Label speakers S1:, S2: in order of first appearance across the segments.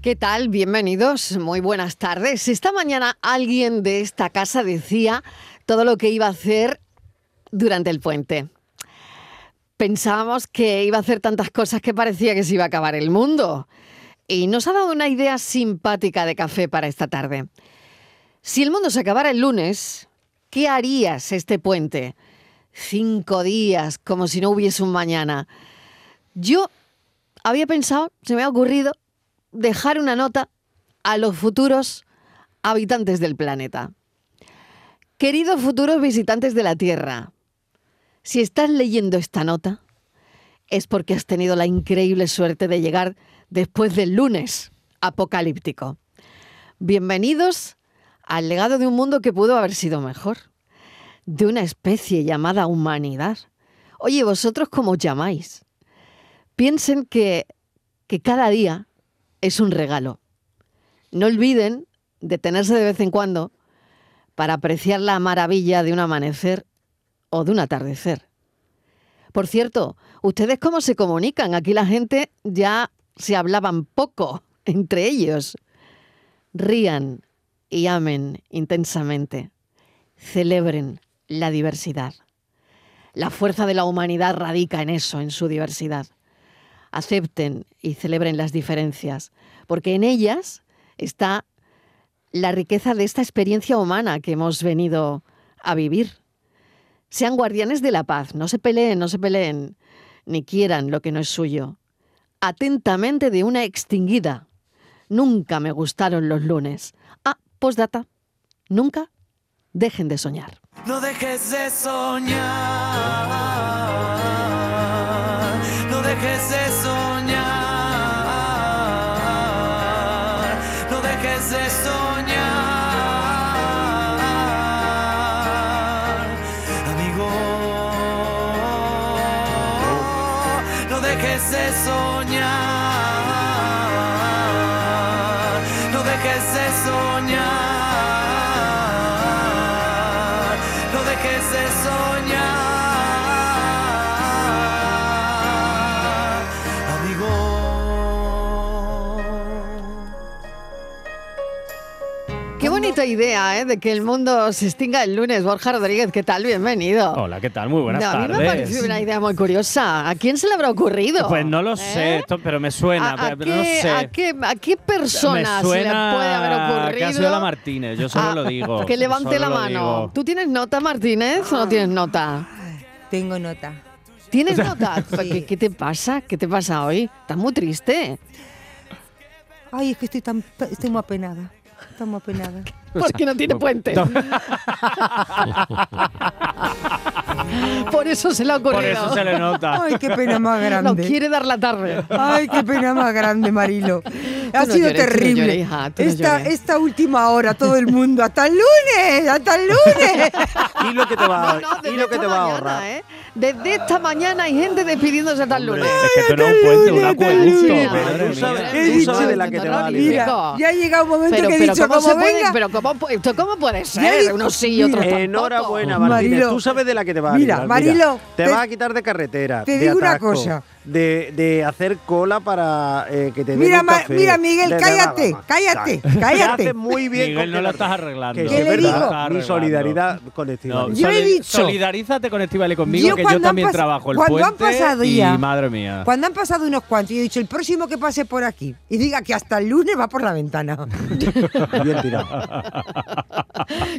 S1: ¿Qué tal? Bienvenidos, muy buenas tardes. Esta mañana alguien de esta casa decía todo lo que iba a hacer durante el puente. Pensábamos que iba a hacer tantas cosas que parecía que se iba a acabar el mundo. Y nos ha dado una idea simpática de café para esta tarde. Si el mundo se acabara el lunes, ¿qué harías este puente? Cinco días, como si no hubiese un mañana. Yo había pensado, se me ha ocurrido, dejar una nota a los futuros habitantes del planeta. Queridos futuros visitantes de la Tierra, si estás leyendo esta nota, es porque has tenido la increíble suerte de llegar después del lunes apocalíptico. Bienvenidos al legado de un mundo que pudo haber sido mejor, de una especie llamada humanidad. Oye, vosotros cómo os llamáis? Piensen que, que cada día es un regalo. No olviden detenerse de vez en cuando para apreciar la maravilla de un amanecer o de un atardecer. Por cierto, ¿ustedes cómo se comunican? Aquí la gente ya se hablaban poco entre ellos. Rían y amen intensamente. Celebren la diversidad. La fuerza de la humanidad radica en eso, en su diversidad acepten y celebren las diferencias, porque en ellas está la riqueza de esta experiencia humana que hemos venido a vivir. Sean guardianes de la paz, no se peleen, no se peleen, ni quieran lo que no es suyo. Atentamente de una extinguida. Nunca me gustaron los lunes. Ah, postdata. Nunca dejen de soñar.
S2: No dejes de soñar, no dejes de soñar, no dejes de soñar, amigo, no dejes de soñar, no dejes de soñar, no dejes de soñar, amigo.
S1: Qué bonita idea, ¿eh? De que el mundo se extinga el lunes. Borja Rodríguez, ¿qué tal? Bienvenido.
S3: Hola, ¿qué tal? Muy buenas
S1: No, a mí me ha parecido
S3: tardes.
S1: una idea muy curiosa. ¿A quién se le habrá ocurrido?
S3: Pues no lo sé,
S1: ¿Eh?
S3: esto, pero me suena,
S1: ¿A, a
S3: pero no
S1: qué,
S3: sé.
S1: a qué- a qué persona
S3: me
S1: se le
S3: suena
S1: puede haber ocurrido? Ah,
S3: que ha sido la Martínez, yo solo lo digo.
S1: Que levante
S3: solo
S1: la
S3: lo
S1: mano.
S3: digo.
S1: ¿Tú tienes nota, Martínez, o no tienes nota?
S4: Tengo nota.
S1: ¿Tienes nota? Pues,
S4: Sí.
S1: ¿Qué, qué te pasa? ¿Qué te pasa hoy? Estás muy triste.
S4: Ay, es que estoy tan estoy muy apenada. Estoy muy apenada.
S1: Porque no tiene puente. Por eso se le ha ocurrido.
S3: Por eso se le nota.
S4: Ay, qué pena más
S1: No
S4: grande.
S1: quiere dar la tarde.
S4: Ay, qué pena más grande, Marilo. Ha
S1: no
S4: sido
S1: llores, tú no
S4: terrible.
S1: llores, hija, tú no
S4: esta,
S1: llores.
S4: esta última hora, todo el mundo. ¡Hasta el lunes! ¡Hasta el lunes!
S5: Y lo que te va,
S1: No, no,
S5: y
S1: desde
S5: lo que
S1: esta
S5: te va a
S1: mañana,
S5: ahorrar.
S1: ¿eh? Desde esta mañana hay gente despidiéndose hasta el
S3: Hombre,
S1: lunes.
S3: es que esto no es un puente, un
S4: lunes, de
S3: acueducto.
S4: lunes.
S3: madre
S5: Pero tú
S3: mía.
S5: sabes-
S1: Mira,
S4: he
S1: tú
S4: dicho
S1: sabes
S5: de la
S1: que
S5: que te
S1: no,
S5: va a
S1: ni
S5: librar.
S1: digo.
S4: Mira, ya ha llegado un momento
S1: Pero,
S4: que he
S1: pero
S4: dicho,
S1: ¿cómo
S4: como
S1: se puede-
S4: venga.
S1: pero ¿cómo, pu- esto ¿cómo puede ser?
S4: digo-
S1: Unos sí y otros tampoco.
S5: eh, Enhorabuena, Martínez.
S4: Marilo.
S5: Tú sabes de la que te va a
S4: Mira,
S5: librar.
S4: Marilo,
S5: te,
S4: te-
S5: vas a quitar de carretera.
S4: te
S5: de
S4: digo una
S5: atasco,
S4: cosa.
S5: De, de hacer cola para eh, que te den
S4: Mira,
S5: un
S4: Ma-
S5: café,
S4: mira, Miguel,
S5: de- de-
S4: cállate,
S5: de- de-
S4: cállate,
S5: Te
S4: cállate.
S5: hace muy bien
S3: Miguel,
S5: con
S3: no lo
S5: quedarte.
S3: estás arreglando.
S5: Que
S4: ¿Qué
S5: es
S4: le
S5: verdad,
S4: digo?
S5: Mi solidaridad colectiva.
S3: No,
S4: Yo he
S3: soli-
S4: dicho-
S3: este Solidarízate con Estivali conmigo,
S4: Yo
S3: que yo
S4: cuando han
S3: también
S4: pas-
S3: trabajo el
S4: cuando han
S3: puente.
S4: pasado
S3: y
S4: ya-
S3: madre mía.
S4: Cuando han pasado unos cuantos, yo he dicho, el próximo que pase por aquí y diga que hasta el lunes va por la ventana.
S5: Bien tirado.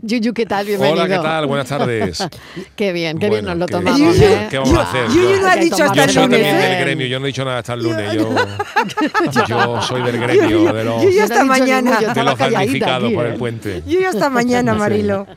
S1: Yuyu, ¿qué tal? Bienvenido.
S6: Hola, ¿qué tal? Buenas tardes.
S1: Qué bien, qué bien
S6: Bueno,
S1: nos lo
S6: qué-
S1: tomamos.
S4: Yuyu,
S1: ¿eh?
S6: ¿qué vamos a hacer?
S4: Yuyu no ha
S1: Hay que
S4: dicho
S1: tomar
S4: hasta
S6: Yo
S4: el
S6: soy
S1: también,
S4: lunes.
S6: también
S1: ¿eh?
S6: del gremio, yo no he dicho nada hasta el lunes. Yo, yo soy del
S4: Yo-
S6: gremio,
S4: yo-
S6: de los,
S4: yo
S1: Yo
S4: ya
S1: no
S4: hasta
S1: he dicho
S4: mañana.
S1: ninguno, yo
S6: de
S1: estaba
S6: los
S1: calladita
S6: damnificados
S1: aquí,
S6: por
S1: ¿eh?
S6: el puente.
S4: Yo ya hasta mañana, Marilo.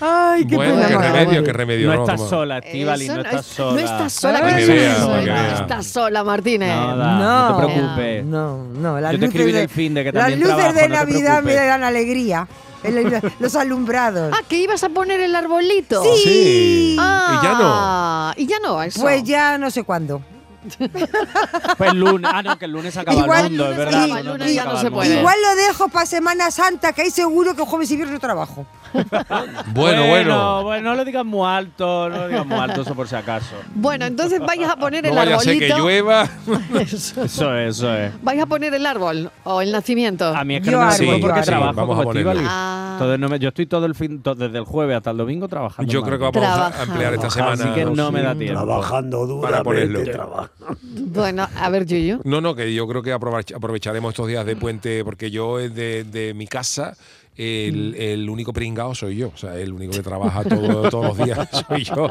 S4: Ay, qué
S6: Bueno,
S4: pena
S6: qué
S4: más
S1: bueno,
S6: remedio,
S1: bueno.
S6: qué remedio.
S3: No estás
S6: Toma.
S3: sola, Estivali,
S1: Eso
S3: no estás
S1: es-
S3: sola.
S1: No estás sola,
S6: Para
S1: que
S6: que
S1: no
S6: veas,
S1: estás
S6: para que
S1: sola,
S6: veas.
S1: No estás sola, Martínez.
S3: Nada, no,
S4: No.
S3: te preocupes.
S4: No, no, las
S3: Yo te escribí
S4: luces
S3: el fin de que
S4: Las
S3: también
S4: luces
S3: trabajo,
S4: de
S3: no te
S4: Navidad me
S3: preocupes.
S4: dan alegría. El- el- los alumbrados.
S1: Ah, que ibas a poner el arbolito.
S4: Sí.
S6: Sí. Y ya no.
S1: Ah, y ya no, eso.
S4: Pues ya no sé cuándo.
S3: Pues el lunes. Ah, no, que el lunes acaba
S4: Igual-
S3: el mundo, es
S1: el
S3: verdad.
S4: lunes
S3: no,
S4: acaba,
S1: el
S3: no,
S1: lunes ya
S3: acaba
S1: no se
S3: el mundo.
S1: puede.
S4: Igual lo dejo para Semana Santa, que ahí seguro que jueves y viernes no trabajo.
S6: Bueno, bueno.
S3: bueno, no lo digas muy alto, no lo digas muy alto, eso por si acaso.
S1: Bueno, entonces vais a poner
S6: No
S1: el
S6: vaya a ser que
S1: arbolito.
S6: llueva.
S1: Eso.
S3: Eso es, eso es.
S1: Vais a poner el árbol o el nacimiento.
S3: A mí es que
S4: Yo
S3: no me lo
S4: árbol,
S3: digo
S4: yo
S3: porque
S4: árbol.
S3: trabajo
S6: Vamos a
S3: como
S6: ponerlo.
S3: Estíbaliz.
S1: Ah.
S3: Entonces no me- yo estoy todo el fin, to- desde el jueves hasta el domingo trabajando.
S6: Yo
S3: en
S6: creo que
S3: Madrid.
S6: vamos a- a
S1: Trabaja.
S6: emplear esta
S5: Trabajando,
S6: semana.
S3: Así que no me da tiempo.
S5: Trabajando
S6: Para
S5: duramente.
S6: ponerlo.
S5: traba-
S1: Bueno, a ver, Yuyu.
S6: No, no, que yo creo que aprovech- aprovecharemos estos días de puente, porque yo eh, de, de mi casa. El, el único pringado soy yo, o sea, el único que trabaja todo- todos los días soy yo.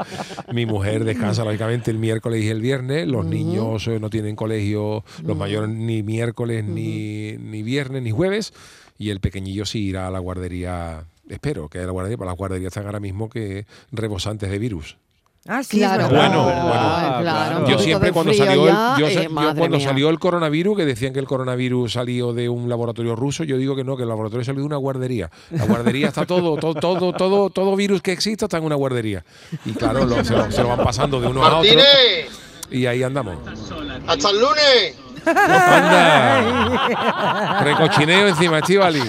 S6: Mi mujer descansa lógicamente el miércoles y el viernes, los niños eh, no tienen colegio, los mayores ni miércoles, ni, ni viernes, ni jueves, y el pequeñillo sí irá a la guardería, espero que a la guardería, pero las guarderías están ahora mismo que rebosantes de virus.
S4: Ah, sí, es
S1: Claro,
S4: verdad.
S6: Bueno,
S1: Ay,
S3: bueno.
S1: claro, un
S3: Yo
S6: Yo
S1: poquito
S6: siempre
S1: de
S6: cuando
S1: frío
S6: salió, el,
S1: ya,
S6: yo
S1: eh,
S6: sa- yo
S1: madre
S6: cuando
S1: mía.
S6: salió el coronavirus, que decían que el coronavirus salió de un laboratorio ruso, yo digo que no, que el laboratorio salió de una guardería. La guardería está todo, todo, todo, todo, todo virus que exista está en una guardería. Y claro, lo- se, lo, se lo van pasando de uno a otro.
S7: Martínez,
S6: Y ahí andamos.
S7: hasta el lunes.
S6: Anda. Recochineo encima, Estivali.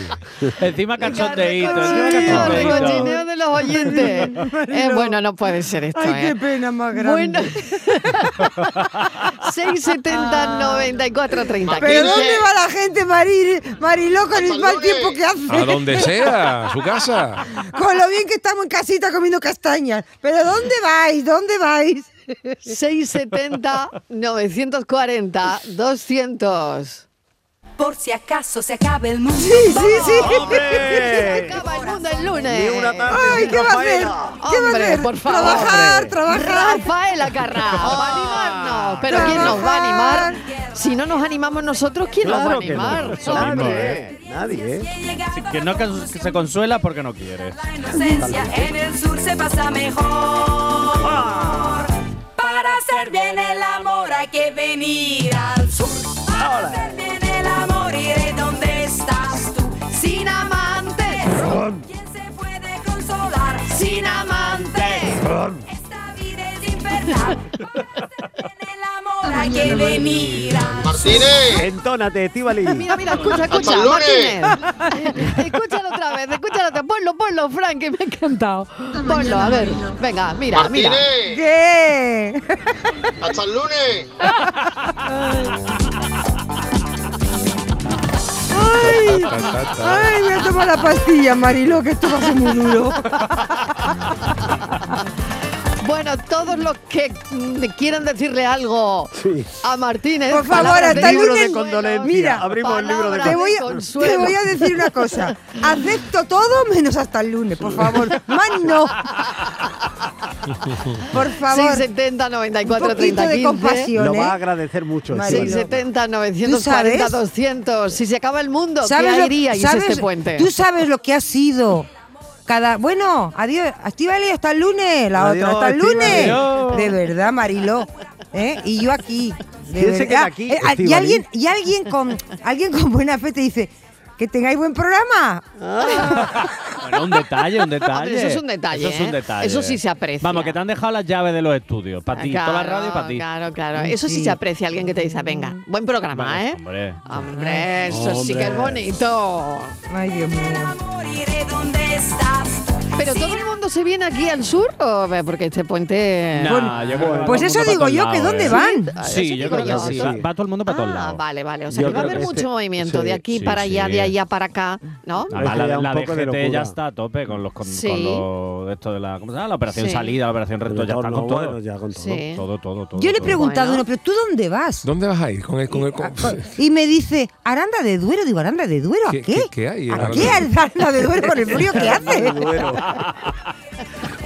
S3: Encima cachondeíto.
S1: Cachondeo,
S3: encima cachondeíto.
S1: recochineo de los oyentes. Eh, bueno, no puede ser esto.
S4: Ay,
S1: eh.
S4: qué pena más grande.
S1: Bueno.
S4: Ah.
S1: 670 94 30
S4: ¿Pero
S1: 15.
S4: dónde va la gente, Maril, Mariló, con el mal
S7: Salude.
S4: tiempo que hace?
S6: A donde sea, a su casa.
S4: Con lo bien que estamos en casita comiendo castañas. ¿Pero dónde vais? ¿Dónde vais?
S1: 670 940 200.
S8: Por si acaso se acabe el mundo.
S4: Sí, sí, sí.
S5: ¡Hombre!
S1: Acaba el mundo el
S5: Ni
S1: lunes.
S5: una tarde
S4: Ay,
S5: sin
S4: ¿qué va a hacer?
S5: Rafaela.
S4: ¿Qué va a
S1: Hombre,
S4: hacer?
S1: por favor.
S4: Trabajar, trabajar.
S1: Rafaela Carrá, va
S5: Ah.
S1: a animarnos. Pero ¿quién nos va a animar? Si no nos animamos nosotros, ¿quién
S3: Claro
S1: nos
S3: que
S1: va a animar?
S3: no, eso mismo, ¿eh?
S5: Nadie, ¿eh?
S3: Sí, que no cons- que se consuela porque no quiere.
S8: La inocencia en el sur se pasa mejor. Para hacer bien el amor hay que venir al sur. Para hacer bien el amor iré donde estás tú. Sin amante. ¿Quién se puede consolar? Sin amante. Esta vida es infernal. Para hacer bien el amor hay que venir al sur.
S7: Martínez,
S5: Entónate, Estivali.
S1: Mira, mira, escucha, escucha,
S7: el lunes.
S1: Martínez. Escúchalo otra vez, escúchalo otra vez. Ponlo, ponlo, Frank, que me ha encantado. Ponlo, a ver. Venga, mira, mira.
S7: Martínez,
S4: ¿Qué?
S7: hasta el lunes.
S4: Ay,
S6: Ta, ta, ta.
S4: ay, voy a tomar la pastilla, Mariló, que esto va a ser muy duro.
S1: Bueno, todos los que mm, quieran decirle algo
S5: Sí.
S1: a Martínez.
S4: Por favor,
S1: palabras
S4: hasta el
S1: libro
S4: lunes.
S1: consuelo,
S5: Condolencia, Mira, abrimos el libro de
S1: palabras
S4: Te voy, a,
S1: consuelo.
S4: te voy a decir una cosa. Acepto todo menos hasta el lunes, por favor. Más no. Por favor.
S1: 670 94
S4: Un poquito
S1: 30
S4: de
S1: 15.
S4: compasión. ¿eh?
S5: Lo va a agradecer mucho,
S4: Vale.
S5: Estivali.
S1: 670 940
S4: sabes?
S1: 200. Si se acaba el mundo,
S4: ¿Sabes
S1: ¿qué
S4: lo-
S1: alegría hizo
S4: sabes-
S1: este puente?
S4: Tú sabes lo que ha sido. Cada, bueno, adiós, Estivali, hasta el lunes, la
S5: Adiós,
S4: otra, hasta el
S5: Estíbaliz.
S4: lunes.
S3: Adiós.
S4: De verdad, Mariló. ¿eh? Y yo aquí. de
S5: ¿Quién se
S4: verdad.
S5: queda aquí,
S4: ah, y
S5: Estíbaliz?
S4: alguien, y alguien con alguien con buena fe te dice, que tengáis buen programa.
S3: Bueno, un detalle, un detalle.
S1: Hombre, eso es un detalle,
S3: Eso es un
S1: ¿eh?
S3: detalle.
S1: Eso sí se aprecia.
S3: Vamos, que te han dejado las llaves de los estudios. Para ti, toda la radio para ti.
S1: Claro, claro. Eso sí
S4: Sí.
S1: se aprecia alguien que te dice, venga, buen programa,
S3: Vamos,
S1: ¿eh?
S3: hombre.
S1: Hombre, eso sí que es bonito.
S4: Ay, Dios mío.
S8: amor iré donde estás.
S1: Pero todo el mundo se viene aquí al sur, ¿o? porque este puente.
S3: Nah,
S5: Bueno,
S3: yo creo que va
S4: Pues
S3: todo el
S4: eso
S3: mundo
S4: digo
S3: pa' todos
S4: yo, que
S3: lados,
S4: ¿dónde
S3: ¿eh?
S4: van?
S1: Ah, eso
S3: Sí, yo creo que
S1: yo,
S3: sí.
S1: sí.
S3: Va, va todo el mundo para todos
S1: Ah,
S3: lados.
S1: vale, vale. O sea
S5: Yo
S1: que va a
S5: creo
S1: haber
S5: que
S1: mucho
S5: este-
S1: movimiento de
S5: sí,
S1: aquí
S3: sí,
S1: para
S3: sí,
S1: allá,
S3: sí.
S1: de allá para acá, ¿no?
S5: Ah,
S3: Además,
S5: Ahí
S3: la,
S5: queda un
S3: la
S5: poco de
S3: DGT ya
S5: locura.
S3: está a tope con los con,
S1: Sí.
S3: con lo- esto de la, ¿cómo se llama? la operación
S1: Sí.
S3: salida, la operación reto, ya está con
S5: Retorno,
S3: todo.
S5: bueno, ya con todo.
S1: Sí.
S3: Todo, todo, todo.
S4: Yo le he
S3: todo.
S4: preguntado
S1: Bueno.
S4: uno, pero ¿tú dónde vas?
S6: ¿Dónde vas a ir? Con el, con el- con-
S4: Y me dice, Aranda de Duero. Digo, Aranda de Duero, ¿a qué?
S6: ¿Qué- qué- qué hay en
S4: ¿A
S6: Aranda
S4: qué
S6: de Duero?
S4: Aranda de Duero con el frío que hace?
S5: Bueno.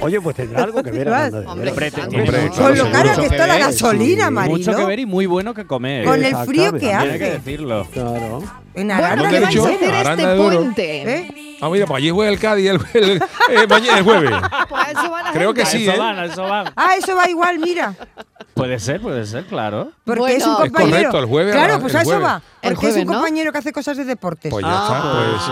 S5: Oye, pues tendrá algo que ver Aranda de
S1: Hombre,
S5: Duero.
S1: claro.
S6: hombre,
S1: Hombre,
S6: claro,
S4: Con lo
S6: seguro.
S4: cara que
S3: Mucho
S4: está la
S3: ver,
S4: gasolina,
S5: sí.
S4: Marilo.
S3: Mucho que ver y muy bueno que comer.
S4: Con el
S5: Exacto,
S4: frío que
S5: también
S3: Tiene que
S4: hace.
S3: decirlo.
S5: Claro.
S4: En
S1: Bueno,
S4: Aranda
S6: ¿Dónde
S1: ¿qué
S4: de
S6: he
S1: vais
S6: dicho?
S1: a
S4: Duero.
S1: hacer
S6: Aranda
S1: este
S6: de Duero.
S1: puente?
S4: ¿Eh?
S6: Ah, mira, pues allí juega el Cádiz el, el- eh, mañana- el jueves.
S1: Pues a eso va la
S6: Creo que
S1: gente.
S6: sí,
S3: eso
S6: ¿eh?
S3: van, eso van.
S4: Ah, eso va igual, mira.
S3: Puede ser, puede ser, claro.
S4: Porque es un
S1: Bueno. Es
S4: compañero.
S6: correcto, el jueves,
S4: Claro,
S6: el
S4: pues a eso
S6: jueves.
S4: va.
S1: El
S4: Porque es
S1: jueves,
S4: un
S1: ¿no?
S4: compañero que hace cosas de deportes.
S6: Pues ya está, pues, pues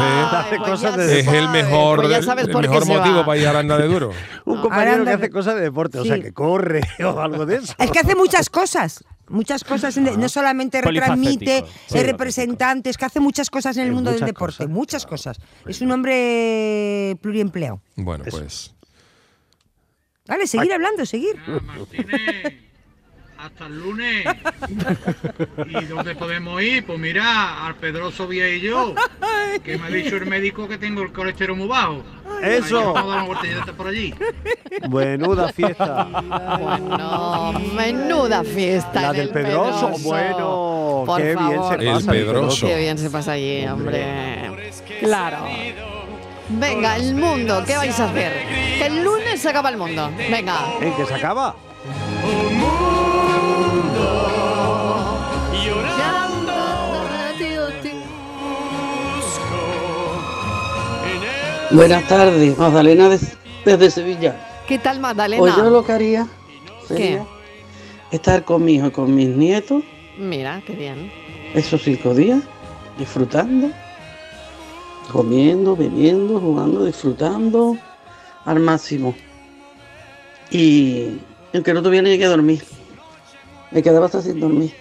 S1: Ay, Ah, pues
S3: cosas
S1: ya
S3: de-
S6: entonces es el
S1: sabes,
S6: mejor,
S1: pues ya
S6: el-
S1: sabes
S6: el
S1: por qué
S6: mejor
S1: se
S6: motivo
S1: va.
S6: para ir a Aranda de Duro.
S5: Un compañero
S4: Aranda-
S5: que hace cosas de deporte, o sea,
S4: Sí.
S5: que corre o algo de eso.
S4: Es que hace muchas cosas. Muchas cosas, en- no solamente retransmite,
S3: Polifacético,
S4: es
S3: polifacético.
S4: representante, es que hace muchas cosas en el
S5: Es
S4: mundo del
S5: muchas
S4: deporte,
S5: cosas,
S4: muchas cosas. Es un hombre pluriempleado.
S6: Bueno, pues.
S4: Vale, seguir hablando, seguir.
S9: Martínez, hasta el lunes. ¿Y dónde podemos ir? Pues mira, al Pedroso Vía y yo, que me ha dicho el médico que tengo el colesterol muy bajo.
S5: Eso.
S9: Vamos a dar una vueltecita por allí.
S5: Menuda fiesta.
S1: Bueno, menuda fiesta.
S5: La
S1: en
S5: del
S1: el
S5: Pedroso, bueno,
S1: Por
S5: qué bien
S1: favor.
S5: se
S6: El
S5: pasa.
S6: Pedroso.
S1: Qué bien se pasa allí, hombre. Claro. Venga, el mundo, ¿qué vais a hacer? Que el lunes se acaba el mundo. Venga.
S5: ¿En que se acaba?
S10: Buenas tardes, Magdalena des- desde Sevilla.
S1: ¿Qué tal,
S10: Pues yo
S1: Magdalena?
S10: lo que haría
S1: ¿Qué?
S10: sería estar con mi hijo y con mis nietos
S1: Mira, qué bien.
S10: esos cinco días, disfrutando, comiendo, bebiendo, jugando, disfrutando al máximo. Y aunque no tuviera ni que dormir, me quedaba hasta sin dormir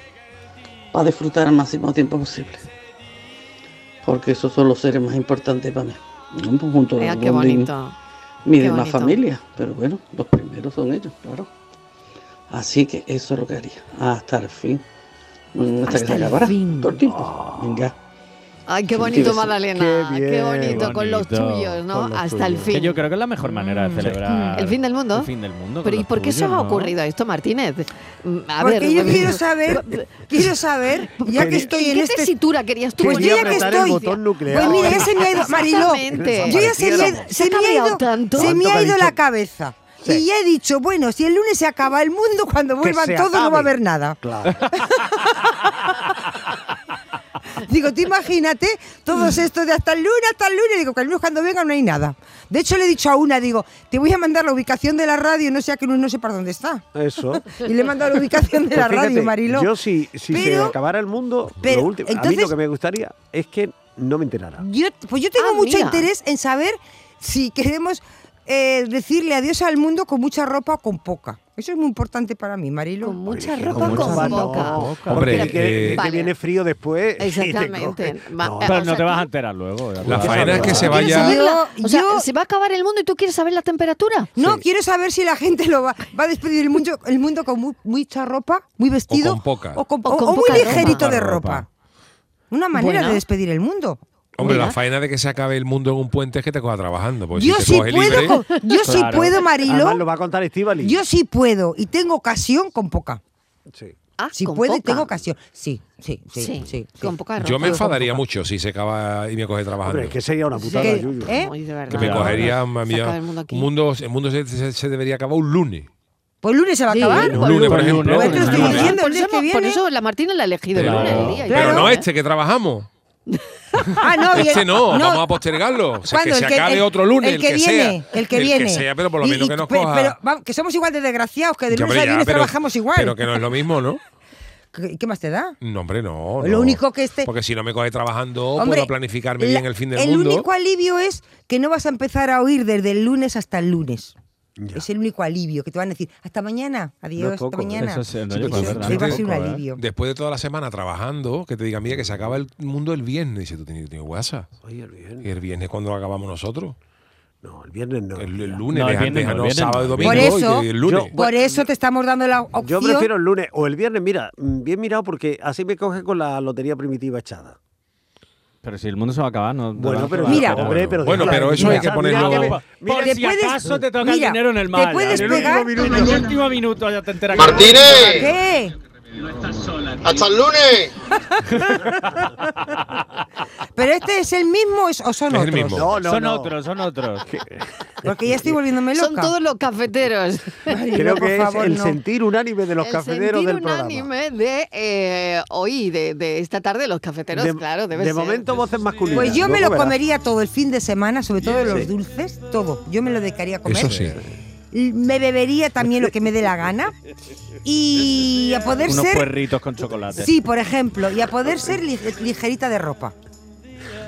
S10: para disfrutar al máximo tiempo posible. Porque esos son los seres más importantes para mí. Un conjunto de
S1: Venga, qué
S10: donde-
S1: bonito.
S10: mi
S1: Qué
S10: demás
S1: bonito.
S10: familia, pero bueno, los primeros son ellos, claro. Así que eso es lo que haría, hasta el fin, Mm, hasta,
S1: Hasta
S10: que se
S1: el
S10: acabará,
S1: fin. Oh.
S10: todo el tiempo. Venga.
S1: Ay, qué bonito,
S10: Sí,
S1: Magdalena.
S5: qué
S1: Qué,
S5: bien,
S1: bonito, con los
S3: bonito,
S1: tuyos, ¿no?
S5: con los
S1: Hasta el
S5: tuyos.
S3: Que
S1: fin.
S3: yo creo que es la mejor manera de celebrar.
S1: ¿El fin del mundo?
S3: El fin del mundo.
S1: Pero
S3: con
S1: ¿y
S3: los
S1: por qué se os
S3: tuyos,
S1: ha
S3: ¿no?
S1: ocurrido esto, Martínez? Mm, A
S4: Porque
S1: ver,
S4: yo quiero saber, quiero saber, ya que
S5: Quería-
S1: ¿En
S4: estoy en
S1: qué
S4: este...
S1: tesitura querías tú?
S4: Pues
S1: con
S4: yo ya
S1: esto?
S4: que
S5: apretar el
S4: estoy...
S5: botón nuclear.
S4: Pues mira, ya se me ha ido, Mariló,
S1: Exactamente.
S4: yo ya se me, ha-
S5: Desaparecieron.
S4: se
S1: Se ha
S4: me ha
S1: cabreado
S4: ido,
S1: tanto.
S4: se me
S5: ¿Cuánto
S4: ha
S5: que ha
S4: ido
S5: dicho?
S4: la cabeza.
S5: Sí.
S4: Y ya he dicho, bueno, si el lunes se acaba el mundo, cuando
S5: Que
S4: vuelvan
S5: se
S4: todos no va a
S5: acabe.
S4: haber nada.
S5: Claro.
S4: Digo, tú imagínate, todos estos de hasta el lunes, hasta el lunes. Digo, que el lunes cuando venga no hay nada. De hecho, le he dicho a una, digo, te voy a mandar la ubicación de la radio, no sea que el lunes no sepa dónde está.
S5: Eso.
S4: Y le he mandado la ubicación de
S5: Pues
S4: la
S5: fíjate,
S4: radio, Mariló.
S5: Yo si, si
S4: Pero-
S5: se acabara el mundo,
S4: pero,
S5: lo último, a mí
S4: entonces-
S5: lo que me gustaría es que no me enterara.
S4: Yo- pues yo tengo
S1: Ah,
S4: mucho
S1: mira.
S4: interés en saber si queremos eh, decirle adiós al mundo con mucha ropa o con poca. Eso es muy importante para mí, Marilo.
S1: Con mucha
S5: Oye,
S1: ropa
S5: mucha
S1: con
S5: ropa, no.
S1: boca.
S6: Hombre,
S5: Hombre, que,
S6: eh,
S5: que
S1: Vale.
S5: viene frío después. y te
S1: Exactamente.
S5: coge.
S1: Va-
S5: No,
S1: eh,
S3: Pero
S1: o
S3: no
S1: sea,
S3: te vas a
S1: tú-
S3: enterar luego. de
S6: La
S3: alguna
S6: faena es
S3: cosa.
S6: que se
S4: ¿Quieres
S6: vaya.
S4: saber?
S1: Saberla- o sea,
S4: yo-
S1: ¿se va a acabar el mundo y tú quieres saber la temperatura?
S4: No, quiero saber si la gente lo va, va a despedir el mundo, el mundo con mu- mucha ropa, muy vestido.
S6: con poca.
S4: O, con,
S1: O
S4: o-
S1: con
S4: o
S1: poca
S4: muy
S1: ropa.
S4: ligerito de
S3: Poca
S4: ropa.
S3: ropa.
S4: Una manera
S1: Bueno.
S4: de despedir el mundo.
S6: Hombre,
S1: Mira.
S6: la faena de que se acabe el mundo en un puente es que te coja trabajando. Porque
S4: yo
S6: si te
S4: sí
S6: coge
S4: puedo,
S6: libre,
S4: con- yo sí
S3: Claro.
S4: puedo,
S5: Además lo
S4: Marilo.
S5: va a contar Estivali.
S4: Yo sí puedo y tengo ocasión con poca.
S5: Sí.
S1: Ah,
S4: Si
S1: con
S4: puedo y
S1: poca.
S4: tengo ocasión. Sí, sí, sí, sí. sí.
S1: con poca ropa.
S6: yo me enfadaría mucho si se acaba y me coge trabajando.
S5: Hombre, es que sería una putada,
S4: Que-
S5: Yuyu.
S4: ¿eh?
S1: Ay, de verdad.
S6: que me
S3: Claro.
S6: cogería,
S1: Se
S6: mami,
S1: acaba el mundo aquí.
S6: un mundo, el mundo se, se- se debería acabar un lunes.
S4: Pues el lunes se va a
S1: Sí,
S4: acabar.
S6: Un lunes,
S3: lunes,
S6: por ejemplo.
S3: por
S4: te lo estoy
S6: Un lunes.
S4: diciendo,
S1: por,
S4: el lunes
S1: eso,
S4: que
S1: por
S4: viene.
S1: eso la Martina la ha elegido.
S6: Pero,
S1: el lunes, el día y
S6: pero
S1: todo,
S6: no
S1: ¿eh?
S6: este que trabajamos.
S4: Ah, no, bien.
S6: Este no, vamos a postergarlo. O sea, que
S4: ¿Cuándo?
S6: se acabe otro lunes, el que,
S4: viene,
S6: sea.
S4: el que viene.
S6: sea, pero por lo
S4: Y-
S6: menos
S4: y-
S6: que nos
S4: pero-
S6: coja.
S4: Pero, vamos, que somos igual de desgraciados, que de
S6: Ya,
S4: lunes
S6: hombre,
S4: a
S6: ya,
S4: viernes
S6: pero-
S4: trabajamos igual.
S6: Pero que no es lo mismo, ¿no?
S4: ¿Qué, qué más te da?
S6: No, hombre, no.
S4: Lo
S6: no.
S4: único que este-
S6: Porque si no me coge trabajando,
S4: Hombre,
S6: puedo planificarme
S4: la-
S6: bien el fin del mundo.
S4: El único alivio es que no vas a empezar a oír desde el lunes hasta el lunes. Es el único alivio que te van a decir hasta mañana, adiós, hasta
S5: poco,
S4: mañana.
S3: eso sí, no,
S4: Sí, eso-
S3: yo
S6: creo que
S4: eso va a
S6: tampoco,
S4: ser un
S3: ¿eh?
S4: alivio.
S6: Después de toda la semana trabajando, que te diga, mira, que se acaba el mundo el viernes. Dice, tú tienes, tienes WhatsApp.
S5: Oye, el viernes.
S6: ¿Y el viernes cuando acabamos nosotros?
S5: No, el viernes no.
S6: El, el lunes,
S3: No, el
S6: deja-
S3: viernes no, el
S6: déjanos
S3: viernes no.
S6: sábado y domingo.
S4: Por eso-
S6: y el lunes.
S5: Yo-
S4: Por eso te estamos dando la opción.
S5: Yo prefiero el lunes o el viernes, mira, mm, bien mirado porque así me coge con la lotería primitiva echada.
S3: Pero si el mundo se va a acabar, no. no va a
S5: Bueno, pero
S3: acabar.
S4: Mira.
S5: hombre, pero
S6: Bueno,
S5: déjala,
S6: pero eso
S5: mira.
S6: hay que ponerlo-
S5: Mira,
S3: Por
S5: mira,
S4: Te
S3: si
S4: puedes-
S3: acaso te toca
S4: mira,
S3: el dinero en
S4: te
S3: el mal.
S4: puedes
S3: en el último
S4: pegar-
S3: minuto, en el último minuto ya te enteras. que-
S7: Martínez,
S4: ¿Qué?
S7: hasta el lunes.
S4: ¿Pero este es el mismo es- o son
S6: Es el
S4: otros?
S6: mismo.
S5: No, no,
S3: son
S5: no.
S3: otros, son otros.
S4: Porque ya estoy volviéndome loca.
S1: Son todos los cafeteros.
S4: Ay,
S5: Creo
S4: no, por
S5: que es
S4: favor,
S5: el
S4: no.
S5: sentir unánime de los
S1: El
S5: cafeteros
S1: sentir
S5: del programa.
S1: unánime de eh, hoy, de, de esta tarde, los cafeteros, claro, debe
S5: de
S1: ser.
S5: momento voces masculinas.
S4: Pues yo me
S5: Luego
S4: lo
S5: verás.
S6: Eh,
S4: comería todo el fin de semana, sobre todo los dulces, todo. Yo me lo dedicaría a comer.
S6: Eso sí.
S4: me bebería también lo que me dé la gana y a poder
S3: Unos
S4: ser...
S3: puerritos con chocolate.
S4: Sí, por ejemplo, y a poder ser li- ligerita de ropa.